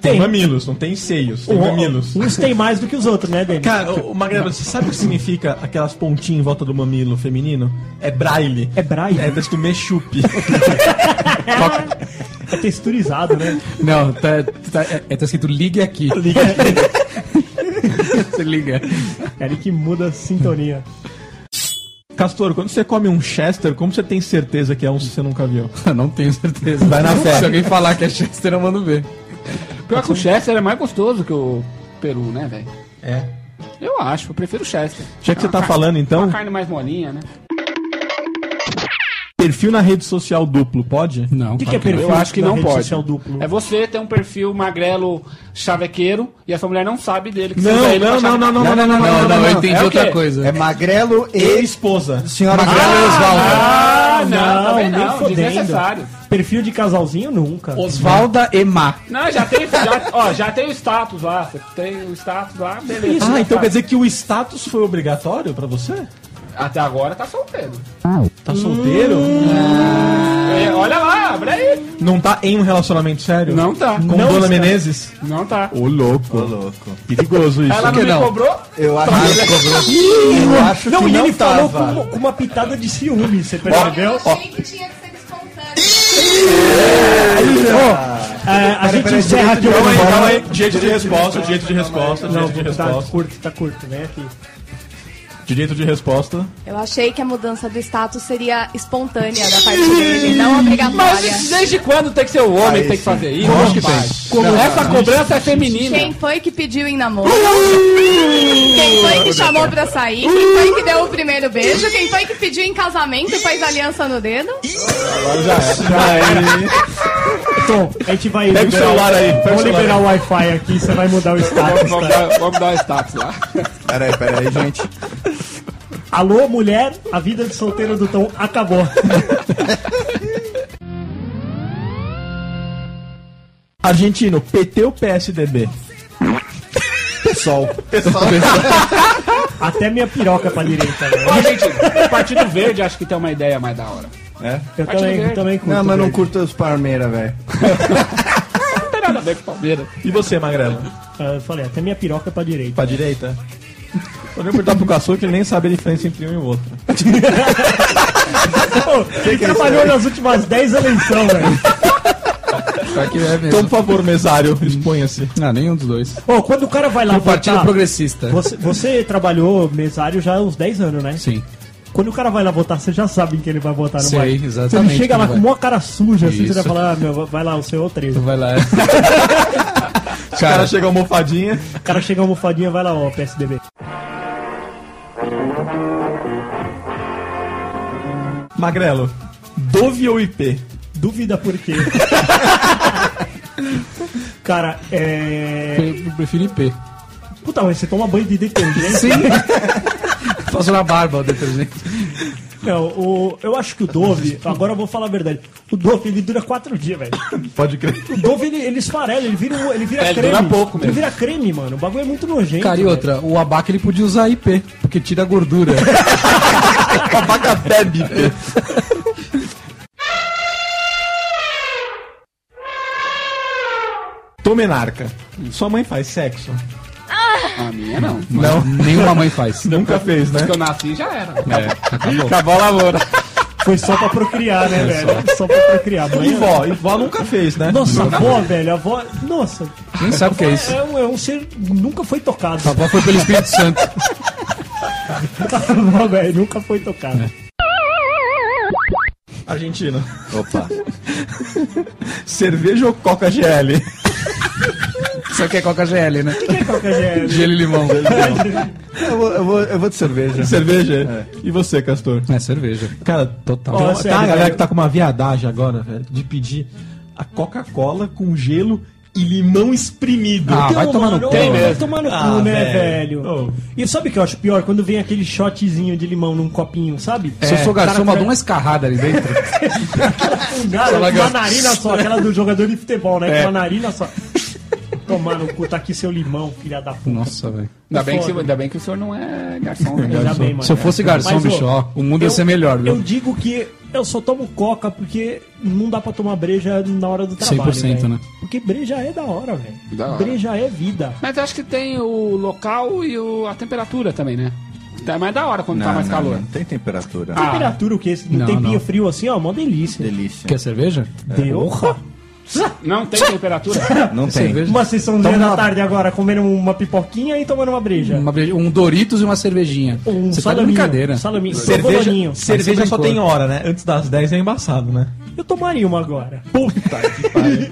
A: Tem mamilos, não tem seios, tem
B: O-
A: mamilos.
B: Uns Um tem mais do que os outros, né, Denis?
A: Cara, ô, ô, Magrela, você sabe o que significa aquelas pontinhas em volta do mamilo feminino? É braille.
B: É braille?
A: É texto mexup.
B: É texturizado, né?
D: Não, tá, tá- é, é, tá escrito ligue aqui. Você liga.
B: É ali é que muda a sintonia.
A: <laughs> Castor, quando você come um Chester, como você tem certeza que é um se você nunca viu?
D: Não tenho certeza.
A: Vai na fé.
D: Se alguém falar que é Chester, eu mando ver.
C: Pior
A: um-
C: que o Chester é mais gostoso que o Peru, né, velho?
A: É.
C: Eu acho, eu prefiro o Chester.
A: Já que você
C: É uma
A: tá
C: car-
A: falando, então?
C: Uma carne mais molinha, né?
A: Perfil na rede social duplo, pode?
D: Não.
B: O que, que é perfil?
C: Eu acho que
B: na
C: não
B: rede
C: pode.
B: social duplo?
C: É você ter um perfil magrelo chavequeiro e a sua mulher não sabe dele. Que você
A: Não,
C: usa ele
A: não,
C: pra
A: não, não, não,
C: chavequeiro.
D: Não, não, não, não,
A: não,
D: eu
A: não.
D: entendi
C: É o
D: outra
C: quê?
D: coisa.
E: É magrelo e
A: Ex-esposa.
E: senhora Magrelo e
C: Ah, não,
B: Não,
C: também
B: nem
C: não,
B: fodendo.
C: desnecessário.
B: Perfil de casalzinho nunca.
D: Osvalda Emá.
C: Não, já tem, já, ó, já tem o status lá. Você tem o status lá, beleza.
A: Ah,
C: Já
A: então
C: tá.
A: quer dizer que o status foi obrigatório pra você?
C: Até agora tá solteiro.
A: Tá solteiro?
B: Hum.
C: É, olha lá, abre aí.
A: Não tá em um relacionamento sério?
C: Não tá.
A: Com
C: Não
A: Dona
C: está.
A: Menezes?
C: Não tá.
A: Ô, louco.
E: louco.
A: Perigoso isso.
C: Ela não
D: que
C: me
D: não?
C: cobrou?
E: Eu acho que eu acho
B: Não,
E: que
B: e
E: não
B: ele
E: tava.
B: falou com, uma- com uma pitada de ciúme, você percebeu?
I: Eu achei que tinha que ser descontante.
B: É, a gente encerra aqui o
A: Calma aí,
B: Globo.
A: calma aí. Direito de resposta, direito de resposta,
B: Não,
A: direito de
B: tá
A: resposta.
B: curto, tá curto, vem aqui.
A: Direito de resposta.
I: Eu achei que a mudança do status seria espontânea da parte dele, não
C: Mas
I: obrigatória.
C: desde quando tem que ser o homem que tem que fazer isso? Acho Ah, que Essa cobrança é feminina.
I: Quem foi que pediu em namoro? Quem foi que chamou pra sair? Quem foi que deu o primeiro beijo? Quem foi que pediu em casamento e fez aliança no dedo?
B: Tom, a gente vai.
A: Pega o
B: liberar-
A: celular aí, pega o
B: Vamos
A: celular.
B: liberar o Wi-Fi aqui, você vai mudar o status.
C: Vamos
B: Tá?
C: dar, vamos dar o status lá.
E: Peraí, peraí, gente.
B: Alô, mulher, a vida de solteiro do Tom acabou.
A: Argentino, PT ou PSDB?
E: Pessoal.
B: Até minha piroca pra direita, né? velho.
C: Ó, gente, o Partido Verde acho que tem uma ideia mais da hora.
B: Eu
C: Partido
B: também, eu
C: Verde.
B: também curto. né?
E: Não, mas não
B: velho.
E: curto os Palmeira, velho.
C: Não tem nada a ver com Palmeiras.
A: E você, Magrelo?
B: Ah, Eu falei, até minha piroca pra direita.
A: Pra direita? Vou nem perguntar pro Caçu que ele nem sabe a diferença entre um e o outro.
B: Ele
D: é
B: trabalhou nas últimas 10 eleições, velho.
D: Só que é
A: Então, por
D: mesmo.
A: favor, mesário, exponha-se.
D: Não, nenhum dos dois.
B: Ô, quando o cara vai lá
D: O Partido
B: votar.
D: Progressista.
B: Ah, tá. Você, você trabalhou mesário já há uns 10 anos, né?
D: Sim.
B: Quando o cara vai lá votar, você já sabe em quem ele vai votar, não
D: Sei,
B: vai?
D: exatamente
B: Você chega lá
D: que
B: com
D: vai.
B: uma cara suja, assim, você
D: Isso.
B: vai falar, ah, meu, vai lá, o seu é o
D: Tu
B: trio.
D: vai lá. <laughs>
A: O cara
D: Cara,
A: chega almofadinha.
B: O cara chega almofadinha, vai lá, ó, PSDB.
A: Magrelo, Dove ou IP?
B: Duvida por quê? <laughs> cara, é.
D: eu prefiro IP.
B: Puta, mas você toma banho de detergente?
D: Faço na barba o detergente.
B: Não, o, eu acho que o Dove, agora eu vou falar a verdade. O Dove ele dura 4 dias, velho.
A: Pode crer.
B: O Dove ele, ele esfarela, ele vira, um- ele vira
C: É, ele
B: creme.
C: dura pouco mesmo.
B: Ele vira creme, mano. O bagulho é muito nojento.
D: Cara, e
B: velho.
D: outra, o abaca ele podia usar IP, porque tira a <laughs> gordura.
A: Abaca bebe. Tô menarca. Sua mãe faz sexo?
C: A minha não.
D: Não. Nenhuma mãe faz.
A: Nunca fez, né?
C: Que eu nasci já era.
A: Acabou a lavoura.
B: Foi só pra procriar, né, velho? Só pra procriar.
A: E
B: Mãe, é-
A: vó? E vó nunca fez, né?
B: Nossa, a avó, velho, a avó. Nossa,
D: Nem sabe o que é isso.
B: é um, é um ser nunca foi tocado.
D: A
A: Tá.
B: <laughs>
D: avó foi pelo Espírito Santo.
B: A avó, velho, nunca foi tocado.
A: Argentina.
E: Opa.
A: Cerveja ou Coca GL?
D: Só que é Coca GL, né? O
B: que é Coca GL?
D: Gelo e limão.
E: Eu vou, eu, vou, eu vou de cerveja.
A: Cerveja? E você, Castor?
D: É, cerveja.
A: Cara, total. Tem,
B: Ó,
A: tem
B: sério,
A: uma galera
B: velho.
A: que tá com uma viadagem agora, velho, de pedir a Coca-Cola com gelo e limão espremido. mano,
B: Então, mano,
A: ô,
B: ô, Vai tomar no cu,
A: Ah,
B: né, velho? E sabe o que eu acho pior? Quando vem aquele shotzinho de limão num copinho, sabe?
D: É, Se eu sou garçom, eu mando uma
B: uma
D: escarrada ali dentro.
B: fungada,
D: Fala,
B: com uma
D: garoto.
B: narina só, aquela do jogador de futebol, né?
D: É.
B: Com uma narina só. Tomar no cu, tá aqui seu limão, filha da puta.
D: Nossa, velho.
C: Ainda bem, que,
B: Foda.
C: se- ainda bem que o senhor não é garçom. né?
B: Ainda bem, mano. É.
D: Se eu fosse garçom,
B: Mas, ô,
D: bicho, ó, o mundo ia
B: eu-
D: ser melhor,
B: Eu
D: viu?
B: digo que eu só tomo coca porque não dá pra tomar breja na hora do trabalho.
D: 100%,
B: velho.
D: né?
B: Porque breja é da hora, velho.
C: Da hora.
B: Breja é vida.
C: Mas eu acho que tem o local e o- a temperatura também, né? Tá mais da hora quando tá mais calor.
E: Não tem temperatura.
B: Temperatura o que? Um
D: Ah. Não, É,
B: tempinho
D: não.
B: frio assim, ó, mó delícia.
E: Delícia.
D: Quer cerveja?
B: Porra!
C: Não tem <laughs> temperatura?
E: Não tem.
D: É Cerveja.
B: Uma sessãozinha
D: Toma
B: da
D: uma-
B: tarde agora, comendo uma pipoquinha e tomando uma breja.
D: Uma breja- um Doritos e uma cervejinha.
B: Um
D: Você tá de
B: salaminho.
D: brincadeira.
B: Salaminho.
A: Cerveja,
B: Bolinho.
A: cerveja
D: Aí você
A: só tem
D: brincou.
A: hora, né? Antes das 10 é embaçado, né?
B: Eu tomaria uma agora.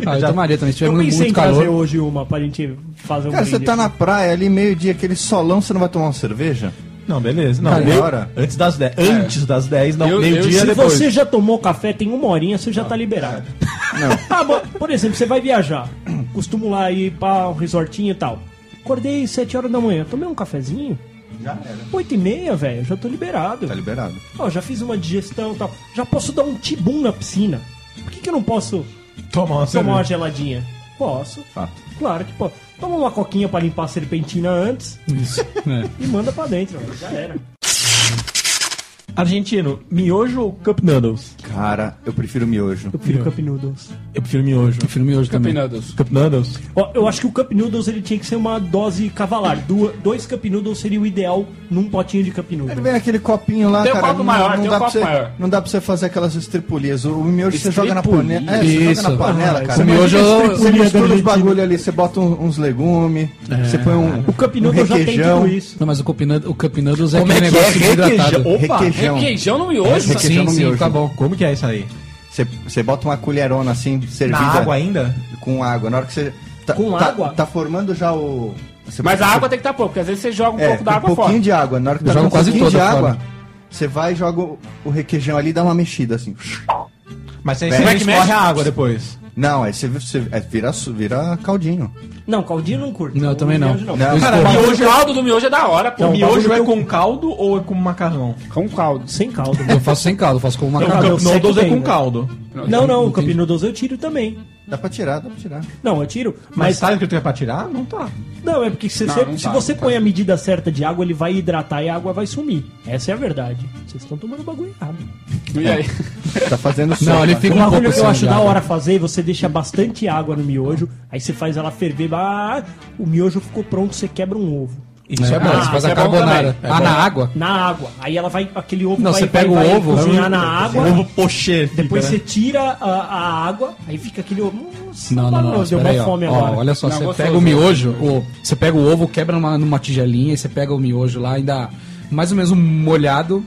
D: Ah, eu tomaria também. Se tiver
B: eu
D: muito,
B: pensei em
D: muito
B: fazer
D: calor.
B: hoje uma pra gente fazer um
E: Cara, você
B: brinde
E: tá
B: aqui.
E: na praia ali, meio-dia, aquele solão, você não vai tomar uma cerveja?
A: Não, beleza. Não,
E: Cara,
A: eu-
E: hora?
A: antes das 10. Antes das 10, não.
C: Eu- eu-
A: Meio-dia
B: Se
A: depois.
B: você já tomou café, tem uma horinha, você já tá liberado. <laughs> Tá bom. Por exemplo, você vai viajar. Costumo lá ir pra um resortinho e tal. Acordei 7 horas da manhã, tomei um cafezinho.
E: Já era.
B: 8 e meia, velho, já tô liberado.
E: Tá liberado.
B: Ó, já fiz uma digestão e tal. Já posso dar um tibum na piscina. Por que, que eu não posso
A: Toma uma
B: tomar uma
A: cerveja.
B: geladinha? Posso.
E: Fato.
B: Claro que pô. Toma uma coquinha pra limpar a serpentina antes
D: Isso. É.
B: e manda pra dentro. velho. Já era.
A: Argentino, miojo ou cup noodles?
E: Cara, eu prefiro miojo.
B: Eu prefiro Cup Noodles.
A: Eu prefiro miojo.
D: Prefiro miojo também.
C: Pinados.
A: Cup noodles?
B: Ó, eu acho que o Cup Noodles ele tinha que ser uma dose cavalar. Du- dois Cup Noodles seria o ideal num potinho de Cup
E: Ele
B: Noodles.
E: vem naquele copinho lá,
C: Tem um
E: cara.
C: copo maior, tem um
E: dá pra
C: copo
E: você,
C: maior.
E: Não dá pra você fazer aquelas estripulias. O miojo você joga na
C: Estripulia?
E: panela. É, você joga
D: Isso.
E: na panela,
B: Ah,
E: cara.
D: o miojo- é
E: Você
B: estripulia
E: mistura os
B: derretido.
E: bagulho ali, você bota um- uns legumes, você põe um,
B: O Cup
E: um
B: Noodles já tem
E: requeijão.
B: tudo isso.
D: Não, mas o Cup Nud- o Cup Noodles é
A: Como é
D: aquele
A: que é?
D: negócio que é hidratado.
A: Requeijão? Opa!
E: Requeijão.
C: É Requeijão no miojo?
E: Requeijão.
D: Sim,
E: no
D: sim,
E: miojo.
D: tá bom.
A: Como que é isso aí?
E: Você, você bota uma colherona assim, servida.
A: Na água ainda?
E: Com água. Na hora que você. tá-
B: Com
E: tá-
B: água?
E: Tá formando já o. você-
C: Mas a água tem que estar pouco, porque às vezes você joga um
E: É,
C: pouco da
E: um
C: água
E: pouquinho
C: fora.
E: de água. Na hora que tá
D: jogo
E: com um
D: quase
E: pouquinho de
D: toda fora.
E: água, você vai e joga o, o requeijão ali e dá uma mexida assim.
A: Mas aí você
E: Como é
A: não
E: que
A: escorre
E: mexe?
A: a água depois.
E: Não, aí você, você é, vira, su- vira caldinho.
B: Não, caldinho eu não curto.
D: Não, eu também não.
B: Miojo
E: Não.
D: Eu
E: Cara,
D: escorro.
C: O caldo do miojo é da hora, pô.
B: Não,
A: O miojo
B: bagulho
A: é
B: que eu-
A: com caldo ou é com macarrão?
C: Com caldo.
B: Sem caldo. né?
D: Eu faço sem caldo, eu faço com uma
B: Não,
A: o
D: cara.
B: eu
A: cup
B: sei
A: noodles
B: que
A: é
B: tem,
A: com
B: né?
A: caldo.
B: Não, não, o Cup
D: Entendi.
B: Noodles eu tiro também.
E: Dá pra tirar, dá pra tirar.
B: Não, eu tiro.
A: Mas
B: Mas,
A: sabe o que eu tenho pra tirar? Não tá.
B: não, é porque se,
C: Não,
B: você-
C: não
B: se
C: tá,
B: você
C: não
B: põe a medida certa de água, ele vai hidratar e a água vai sumir. Essa é a verdade. Vocês estão tomando bagulho errado.
C: E aí?
E: Tá fazendo
D: Não, ele fica
B: O
D: um
B: bagulho
D: pouco
B: que eu
D: sem
B: acho da
D: água.
B: hora fazer, você deixa bastante água no miojo, aí você faz ela ferver, ah, o miojo ficou pronto, você quebra um ovo.
D: Isso é bom,
C: Ah,
D: você faz
C: isso é
D: a
C: bom
D: carbonara.
C: também. É
D: Ah, na água?
B: Na água. Aí ela vai, aquele ovo
D: Não,
B: vai,
D: você
B: vai-
D: pega o
B: vai
D: ovo,
B: cozinhar Tá na água,
A: Ovo pochê. fica,
B: depois
A: né?
B: você tira a, a água, aí fica aquele ovo. Nossa,
D: Não, não, não.
B: maravilhoso,
D: espera
B: Deu
D: aí,
B: uma
D: ó.
B: fome
D: Ó,
B: agora.
D: olha só,
C: Não,
D: você
C: gostoso,
D: pega o miojo,
C: gostoso.
D: ou você pega o ovo, quebra numa, numa tigelinha, e você pega o miojo lá, ainda mais ou menos um molhado,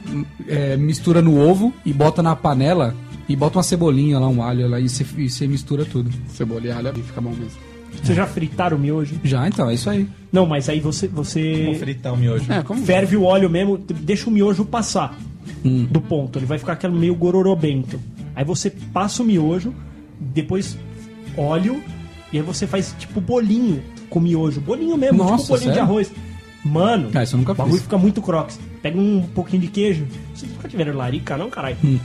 D: é, mistura no ovo e bota na panela e bota uma cebolinha lá, um alho lá, e você, e você mistura tudo.
C: Cebola e alho ali, fica bom mesmo.
B: Você já fritaram o miojo?
D: Já então, é isso aí.
B: Não, mas aí você,
A: Vou
B: você
A: fritar o miojo.
C: É, como
B: ferve o óleo mesmo, deixa o miojo passar
D: Hum.
B: do ponto. Ele vai ficar aquele meio gororobento. Aí você passa o miojo, depois óleo, e aí você faz tipo bolinho com miojo. Bolinho mesmo,
D: Nossa,
B: tipo bolinho de
D: sério?
B: arroz. Mano,
D: Ah, isso eu nunca
B: o bagulho
D: fiz.
B: fica muito crocs. Pega um pouquinho de queijo. Vocês nunca tiveram larica, não, caralho?
D: Hum.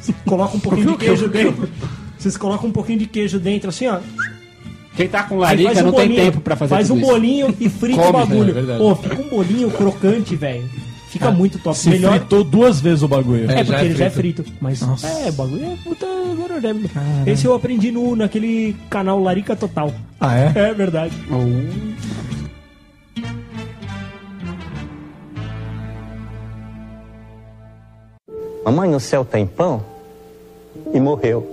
B: Você Coloca um pouquinho de queijo dentro. Vocês colocam um pouquinho de queijo dentro, assim, ó.
C: Quem tá com
B: Aí
C: larica
B: faz um
C: não tem
B: bolinho,
C: tempo pra fazer
B: Faz
C: tudo
B: um
C: isso.
B: bolinho e frita o
D: Come, é
B: bagulho.
D: verdade.
B: Pô, fica um bolinho crocante, velho. Fica muito top.
A: Se
B: Melhor.
A: fritou duas vezes o bagulho.
B: É,
D: É, já
B: porque
D: é
B: ele já é
D: frito.
B: frito. Mas é, o bagulho é puta gororema. Esse eu aprendi no, naquele canal Larica Total.
A: Ah, é?
B: É verdade.
N: Mamãe no céu tem pão? E morreu.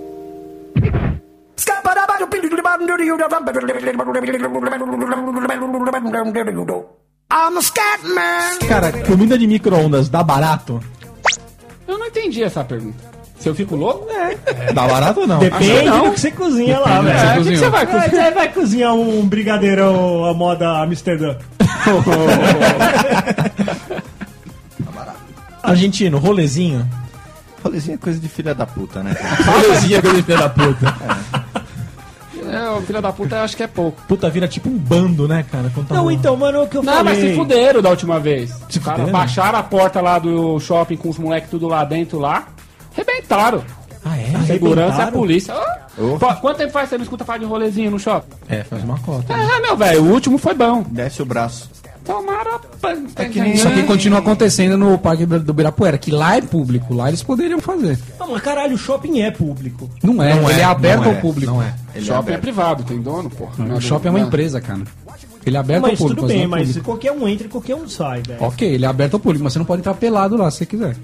K: I'm a scat man.
A: Cara, comida de micro-ondas dá barato?
C: Eu não entendi essa pergunta. Se eu fico louco? É.
A: Dá barato ou não?
B: Depende
C: Acho que não.
B: do que você cozinha
C: Depende
B: lá,
C: do que
B: velho. É,
C: você cozinha.
B: vai cozinhar? Você vai cozinhar um brigadeirão à moda Amsterdã.
A: Argentino, rolezinho.
E: Rolezinho é coisa de filha da puta, né?
A: Rolezinho é coisa de filha da puta.
C: É, o filho da puta eu acho que é pouco.
A: Puta, vira tipo um bando, né, cara? Quando tá
B: Não,
A: rolando.
B: então, mano, o que eu
C: Não,
B: falei...
C: mas se fuderam da última vez. Se cara,
A: fuderam?
C: baixaram a porta lá do shopping com os moleques tudo lá dentro lá. Arrebentaram.
A: Ah, é?
C: Segurança, a
A: Arrebentaram?
C: polícia. Ah, pô, Quanto tempo faz que você não escuta falar de rolezinho no shopping?
A: É, faz uma cota.
C: Ah, meu velho, o último foi bom.
E: Desce o braço.
C: Tomaram a pan-
D: Isso aqui continua acontecendo no Parque do Ibirapuera, que lá é público, lá eles poderiam fazer.
B: Ah, mas caralho, o shopping é público.
D: Não é, ele é aberto ao público.
A: Não é.
C: Shopping é, privado, tem dono, porra.
D: Não,
C: Não
D: o
C: do-
D: shopping é uma
C: não.
D: empresa, cara. Ele é aberto
B: mas
D: ao público.
B: tudo bem,
D: não é
B: mas
D: público.
B: qualquer um entra e qualquer um sai, velho.
D: Ok, ele é aberto ao público, mas você não pode entrar pelado lá se você quiser.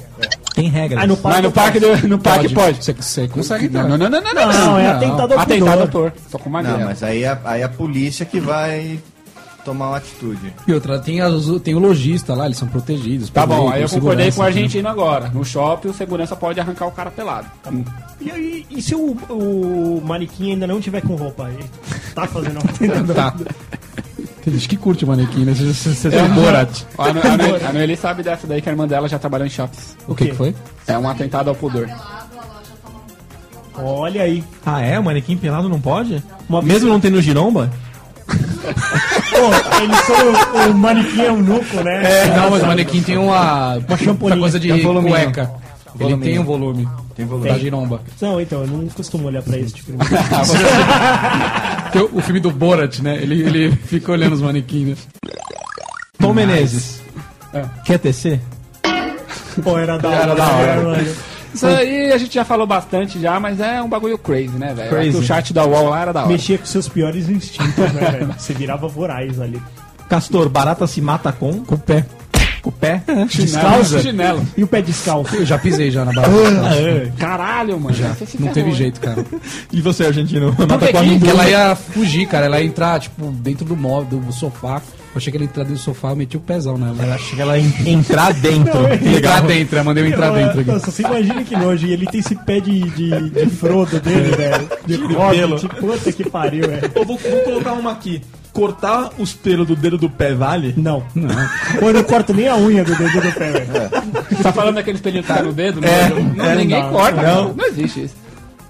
A: Tem regras.
B: Ah, no parque
C: Mas no
B: eu faço.
C: parque, do- no parque pode.
D: Você, você consegue entrar.
C: Não, não, não, não, não,
B: Não, é atentado ao
C: Atentado
B: pudor.
C: autor. Só com
E: Não,
C: magrela.
E: mas aí é, aí é a polícia que vai tomar uma atitude.
D: E outra, tem, as- tem o lojista lá, eles são protegidos.
C: Tá
D: por
C: bom,
D: lei,
C: aí eu
D: por
C: concordei com o
D: segurança, né?
C: argentino agora. No shopping, o segurança pode arrancar o cara pelado. Tá bom.
B: E, aí, e se o, o manequim ainda não tiver com roupa aí? Tá fazendo uma
D: Tá. Tem gente que curte o manequim, né? Você, você, você
C: É.
D: um Borat.
C: Ó, <laughs> A, Noe- a, Noe- a Noeli sabe dessa daí que a irmã dela já trabalhou em shoppings.
D: O que, que foi?
C: É um atentado ao pudor.
B: Olha aí.
A: Ah, é? O manequim pelado não pode? Mesmo não tendo giromba?
B: Pô, eles são o, o manequim é um nuco, né?
D: não, mas o manequim tem uma, uma,
B: champolinha.
D: coisa de
E: É um voluminho.
D: cueca. Ele
E: voluminho.
D: tem um volume
E: Tem volume.
D: da giromba.
B: Não, então, eu não costumo olhar pra esse tipo de
D: Tem o, o filme do Borat, né? Ele, ele <laughs> fica olhando os manequins. né?
A: Tom Menezes. Quer tecer?
B: Pô, era da hora,
C: Era da hora.
B: né, mano.
C: Isso aí a gente já falou bastante já, mas é um bagulho crazy, né, velho?
A: Crazy.
C: Acho que O chat da UOL lá era da hora.
B: Mexia com seus piores instintos, né, velho? Você virava voraz ali.
A: Castor, barata se mata com? Com o pé. Com o pé?
C: Chinelo, chinelo.
B: E o pé descalço?
D: Eu já pisei já na barata.
C: Caralho, mano. Você se
D: Não teve
C: ferrou,
D: jeito, cara.
A: E você, argentino?
C: que
A: Mata com a
C: que-
A: minha.
D: Porque é ela ia fugir, cara. Ela ia entrar, tipo, dentro do móvel, do sofá. Eu achei que ela ia entrar dentro do sofá, eu meti o pezão nela. Ela
A: Chega ela en- entrar dentro. <laughs>
D: entrar dentro, eu mandei eu entrar dentro aqui.
B: Nossa, você imagina que nojo. E ele tem esse pé de, de, de frodo dele,
D: É.
B: velho. De hobbit. Puta que pariu, é. velho.
A: Eu vou, vou colocar uma aqui. Cortar os pelos do dedo do pé vale?
B: Não. Não. Pô, eu não corto nem a unha do dedo do pé, velho.
C: Você tá falando daqueles pelinhos que tá no dedo? Não, não,
A: é,
C: ninguém
A: não dá,
C: corta.
A: não.
C: Não. não existe isso.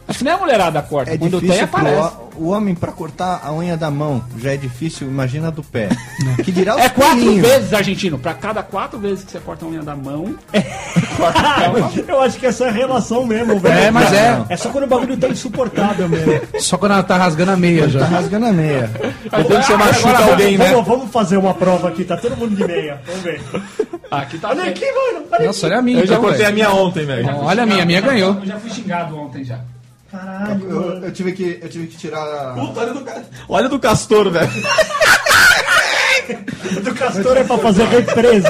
C: Acho que nem a mulherada corta.
E: É
C: Quando tem,
E: difícil pro
C: aparece.
E: ho- o homem pra cortar a unha da mão já é difícil, imagina a do pé. que dirá os
C: É quatro
E: pelinhos.
C: vezes, argentino. Pra cada quatro vezes que você corta a unha da mão, corta o pé uma
B: Eu acho que essa é a relação mesmo, velho.
D: É, mas é.
B: É só quando o bagulho tá insuportável
D: <laughs>
B: mesmo.
D: Só quando ela tá rasgando a meia já.
E: Tá rasgando a meia.
C: Tem que você machuca
D: Tá
C: alguém,
D: né?
B: Vamos, vamos fazer uma prova aqui, tá todo mundo de meia. Vamos ver.
C: Aqui tá
B: Olha
C: bem.
B: aqui, mano. Olha
D: Nossa, olha a minha.
A: Eu já
D: então,
A: cortei
D: velho.
A: a minha ontem, velho.
D: Olha a minha, a minha ganhou.
C: Eu já fui xingado ontem já.
B: Caralho,
E: Eu,
B: mano.
E: eu tive que, eu tive que tirar.
A: Olha do, ca- olha do Castor, velho.
B: Do
A: né?
B: castor é pra fazer represa.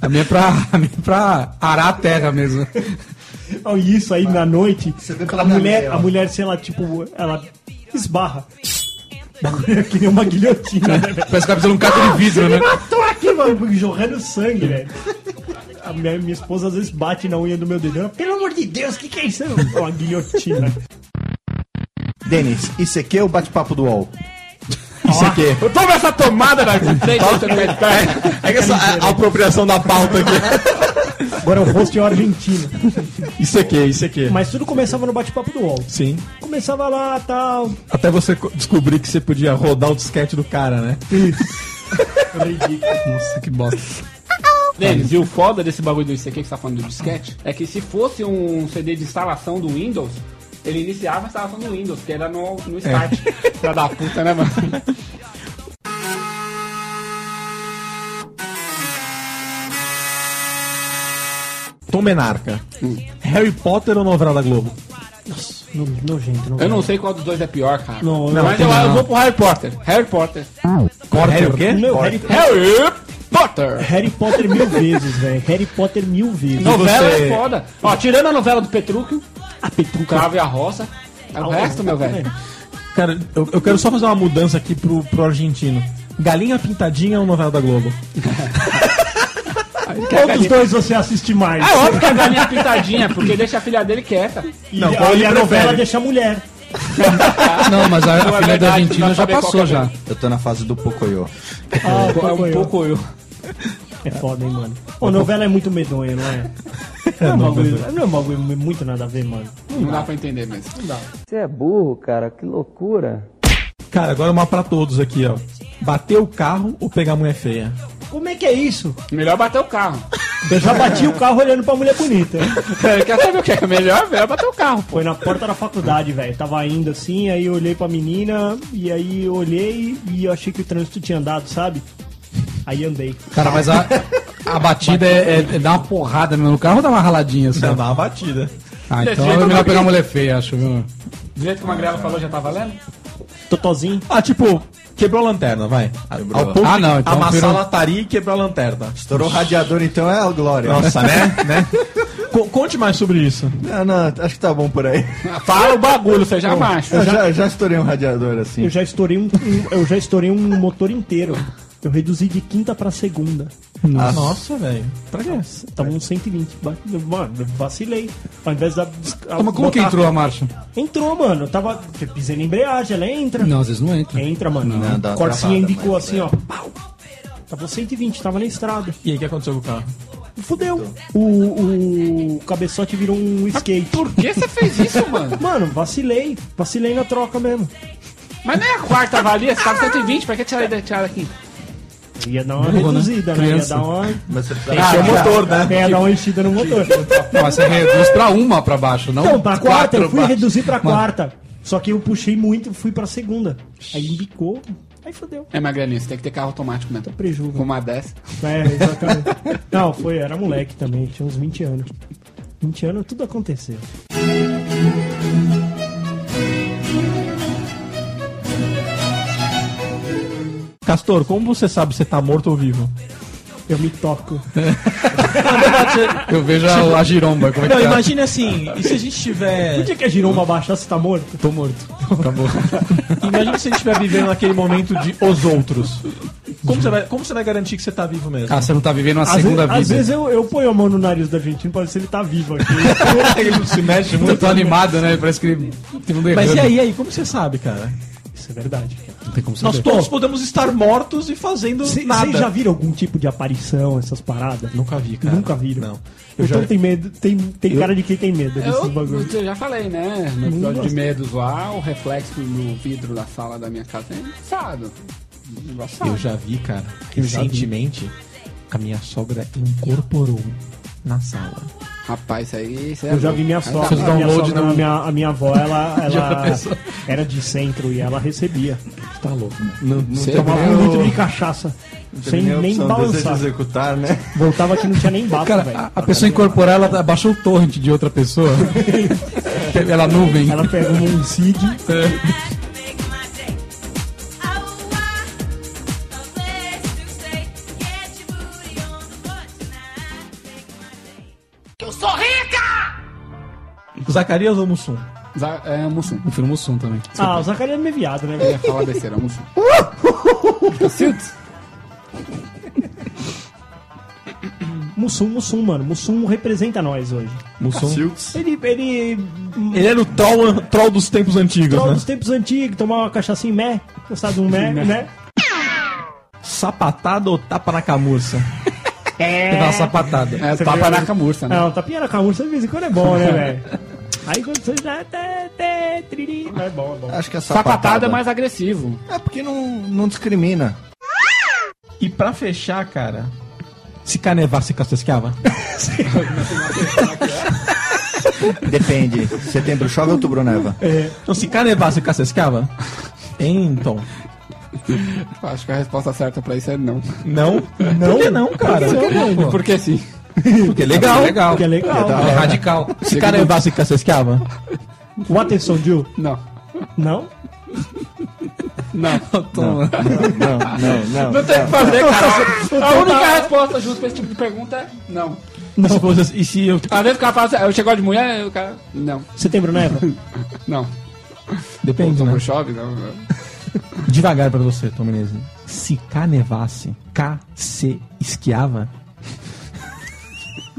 D: A minha é pra, <laughs> a minha é pra arar a terra mesmo.
B: Olha isso aí na noite.
E: vê pela
B: A mulher,
E: janela.
B: a mulher, sei lá, tipo, ela esbarra. <laughs> Bagulho é que nem uma guilhotina, né, velho?
D: Parece que tá precisando de um caco de vidro, né?
B: Matou aqui, mano, jorrando sangue, velho. A minha, minha esposa às vezes bate na unha do meu dedão. Pelo amor de Deus, o que, que é isso? É uma guilhotina.
E: Denis, isso aqui é o bate-papo do UOL.
A: Isso aqui.
C: Toma essa tomada na frente do seu pé de perna.
A: É que essa a- a apropriação da pauta aqui. <laughs>
B: Agora o rosto é o argentino.
A: Isso aqui, isso é aqui.
B: Mas tudo começava no bate-papo do UOL.
A: Sim.
B: Começava lá, tal.
A: Até você co- descobrir que você podia rodar o disquete do cara, né?
D: Nossa, que bosta.
C: Denis, e o foda desse bagulho do ICQ que você tá falando do disquete é que se fosse um CD de instalação do Windows, ele iniciava a instalação do Windows, que era no, no <laughs> start. Pra dar É. puta, né, mano?
A: Tom Menarca. Harry Potter ou novela da Globo?
B: No, nojento,
C: Eu não sei qual dos dois é pior, cara.
B: Não, eu
C: Mas eu, eu vou pro Harry Potter. Harry Potter.
A: Harry o quê?
B: Meu, Harry,
C: Harry Potter!
B: Harry Potter mil vezes, velho. Harry Potter mil vezes.
C: Novela
A: você-
C: é foda. Ó, tirando a novela do Petrúquio, a Petrúquio, Cravo e a Roça, é o resto, meu velho.
A: Cara, eu, eu quero só fazer uma mudança aqui
B: é
A: pro, pro argentino. Galinha Pintadinha ou novela da Globo?
B: Qual dos dois você assiste mais?
C: Ah, óbvio que a galinha pintadinha, porque deixa a filha dele quieta.
B: Não, é qual ele prefere? deixa a mulher.
D: Não, mas
A: é
D: a, a filha da Argentina já passou já.
E: Eu tô na fase do Pocoyo.
B: Ah, o
C: É um
B: Pocoyo.
C: pouco eu.
B: É foda, hein, mano. Ô, novela é muito medonha, não é? Não <laughs> é um bagulho, não é um bagulho muito nada a ver, mano.
C: Não dá pra entender mesmo. Não dá.
N: Você é burro, cara, que loucura.
A: Cara, agora uma pra todos aqui, ó. Bater o carro ou pegar a mulher feia?
B: Como é que é isso?
C: Melhor bater o carro.
B: Eu já bati o carro olhando pra mulher bonita.
C: Cara, <laughs> Quer saber o que é melhor? Melhor bater o carro, pô.
B: Foi na porta da faculdade, velho. Tava indo assim, aí eu olhei pra menina, e aí eu olhei e eu achei que o trânsito tinha andado, sabe? Aí andei.
D: Cara, mas a, a batida é, é- é dar uma porrada mesmo no carro ou dar uma raladinha só?
A: Dá uma batida.
D: Ah,
C: Desse
D: então
C: jeito
D: é melhor
C: eu
D: pegar
C: não-
D: uma mulher feia, acho, viu?
C: Do jeito que o Magrelo falou, já tá valendo?
B: Totozinho.
A: Ah, tipo, quebrou a lanterna, vai. A- Ao ponto
D: Ah, não,
A: de
D: então
A: amassar
D: virou-
A: a lataria e quebrou a lanterna.
E: Estourou o radiador, então é a glória.
D: Tá,
A: Nossa, né? <laughs> né? Co- conte mais sobre isso.
E: Não, não, acho que tá bom por aí.
C: Fala o bagulho, você já macho.
E: Eu já, já estourei um radiador assim.
B: Eu já estourei um, um- eu já estourei um motor inteiro. Eu reduzi de quinta pra segunda. Tá um
E: Nossa.
A: Nossa, velho. Pra quê?
B: Tava uns 120. Ba- Mano, eu vacilei. Ao invés da.
D: Mas como que entrou a marcha?
B: Entrou, mano. Eu tava. Eu pisei na embreagem, ela entra.
D: Não, às vezes não entra.
B: Entra, mano.
E: Não, dá uma
B: Corsinha
E: travada,
D: é.
B: indicou
E: mas,
B: assim, ó. Pau. Tava 120, tava na estrada.
A: E aí, o que aconteceu com o carro?
B: Fudeu. O, o cabeçote virou um
D: Ah,
B: skate.
C: Por que você fez isso, mano?
B: Mano, vacilei. Vacilei na troca mesmo.
C: Mas nem a quarta valia, você tá tava 120, pra que tirar da tirar aqui?
B: Ia dar uma
D: Burro, né?
B: reduzida, né? Ia
D: Criança.
B: dar uma.
E: Mas você tá...
B: Encher o motor, né? Ia dar uma enchida no motor.
D: Não, mas você reduz pra uma pra baixo, não?
B: Então, pra quarta, eu fui
D: baixo.
B: reduzir pra
D: Mano.
B: quarta. Só que eu puxei muito e fui pra segunda. Aí embicou, aí fodeu.
C: É, Magrelinho, você tem que ter carro automático mesmo.
B: Prejuízo.
C: Com uma dessa.
D: assim?
B: É, exatamente. Não, foi, era moleque também, tinha uns 20 anos. 20 anos tudo aconteceu.
A: Castor, como você sabe se você tá morto ou vivo?
B: Eu me toco.
D: É. Eu vejo a, a giromba, como é que
A: Não,
D: tá?
A: imagina assim, e se a gente tiver.
B: O dia é que a giromba baixar, você tá morto?
D: Tô morto. Acabou.
A: Imagina se a gente estiver vivendo naquele momento de os outros. Como você vai, como você vai garantir que você tá vivo mesmo?
D: Ah, você não tá vivendo uma
B: Às,
D: segunda
B: ve- às
D: vida.
B: vezes eu, eu ponho a mão no nariz do argentino pra ver se ele tá vivo aqui.
D: <laughs>
A: ele não se mexe
D: Eu tô animado, né? Parece que ele teve um derrame.
A: Mas e aí, e aí, como você sabe, cara?
B: Isso é verdade.
D: Não tem como saber.
A: Nós todos podemos estar mortos e fazendo nada.
B: Vocês já viram algum tipo de aparição, essas paradas?
A: Nunca vi, cara.
B: Nunca viram?
A: Não. Eu
B: Eu então
A: já-
B: tem medo, tem, tem cara de quem tem medo desses
C: Eu,
B: bagulhos.
C: eu já falei, né? No episódio
B: gosto.
C: de medos lá, o reflexo no vidro da sala da minha casa é embaçado. Embaçado.
A: Eu já vi, cara. Recentemente, a minha sogra é incorporou na sala.
C: Rapaz, isso aí. Isso aí é
B: Eu já
C: bom.
B: vi minha sogra,
D: Seus
B: a minha,
D: download
B: sogra
D: não-
B: a, minha, a minha avó, ela,
D: Já
B: ela
D: pensou?
B: era de centro e ela recebia.
A: Tá louco.
C: Você
B: Tomava
C: viu?
B: um litro de cachaça, sem
E: a
B: nem
E: opção, desejo
B: balançar.
E: executar, né?
B: Voltava que não tinha nem bafo,
D: Cara,
B: velho.
D: a, a pessoa incorporar, ela tá- abaixou o torrent de outra pessoa. Ela é nuvem.
B: Ela pegou um cig,
D: É.
K: Eu sou rica!
A: um Zacarias ou Mussum?
C: Za- É Mussum.
D: O filme Mussum também.
B: Ah, o Zacarias é meio viado, né,
C: Eu
B: velho?
C: ia falar besteira, Mussum. Cacildes.
B: Mussum, Mussum, mano. Mussum representa nós hoje.
A: Mussum.
B: Ele, ele
A: Ele era o troll, troll dos tempos antigos,
B: troll
A: né?
B: dos tempos antigos, tomar uma cachaça em mé, gostar de um mé, né?
A: Sapatada ou tapa na camurça?
D: Dá uma sapatada.
C: É,
B: Você
C: tapa
B: viu?
C: na camurça, né?
B: Não, É, tapinha na camurça de vez em quando é bom,
A: <laughs>
B: né, velho? Aí quando você já... Tê, tê, triri, mas é bom, é bom.
E: Acho que a sapatada...
C: Sapatada é mais agressivo.
E: É porque não, não discrimina.
A: E pra fechar, cara, se canevar, se castesqueava?
E: Depende. Setembro chove, outubro neva.
A: Não, se canevar, se castesqueava? Então.
C: Eu Acho que a resposta certa pra isso é não.
A: Não? Não? Por que não, cara? Por que não, pô?
C: Porque sim.
A: Porque é legal.
D: Legal.
B: Que é legal.
D: É radical.
A: Se canevar, se castesqueava?
B: What is on you?
C: Não.
B: Não?
C: Não.
D: Toma.
E: Não, não, não.
C: Não tem o que fazer, cara. A única resposta justa pra esse tipo de pergunta é não.
A: E se
B: assim,
A: fosse- e se eu
C: Às vezes o cara fala assim, eu chego de mulher, o cara. Não,
B: Setembro neva?
C: não.
A: Depende, né?
C: Não chove, não. <laughs>
A: Devagar pra você, Tom Menezes. Se canevasse, K se esquiava.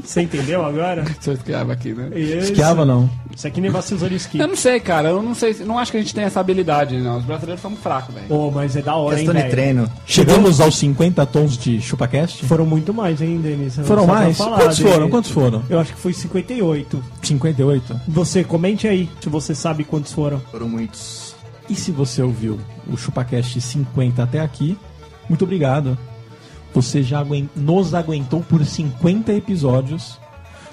B: Você entendeu agora?
C: Sou esquiava aqui, né?
B: Isso.
A: Esquiava, não.
B: Isso aqui nem vacilaria esqui.
C: Eu não sei, cara. Eu não sei. Não acho que a gente tem essa habilidade, não. Os brasileiros somos fracos, velho.
B: Pô, mas é da hora, hein, velho?
A: Chegamos aos 50 tons de ChupaCast?
B: Foram muito mais, hein, Denis? Eu
A: Foram
B: não
A: mais?
B: sabia
A: Quantos
B: Denis.
A: foram? Quantos foram?
B: Eu acho que foi 58.
A: 58?
B: Você comente aí se você sabe quantos foram.
E: Foram muitos.
A: E se você ouviu o ChupaCast 50 até aqui, muito obrigado. Você já aguen- nos aguentou por 50 episódios.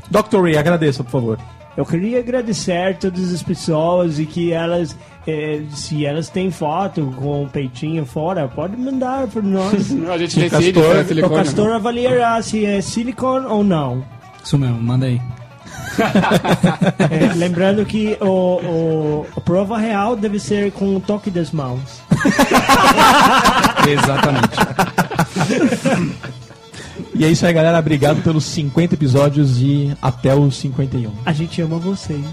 A: Dr. Ray, agradeça, por favor.
B: Eu queria agradecer todas as pessoas e que elas, eh, se elas têm foto com o peitinho fora, pode mandar para
C: <laughs>
B: nós.
C: A gente
B: O
C: decide
B: Castor-
C: se é
B: O
C: silicone ou
B: Castor
C: não.
B: avaliará se é silicone ou não.
D: Isso mesmo, manda aí.
C: <laughs>
B: É, lembrando que o, o- a prova real deve ser com o toque das mãos.
D: Exatamente.
A: E é isso aí, galera. Obrigado pelos 50 episódios e um. até os 51.
B: A gente ama vocês.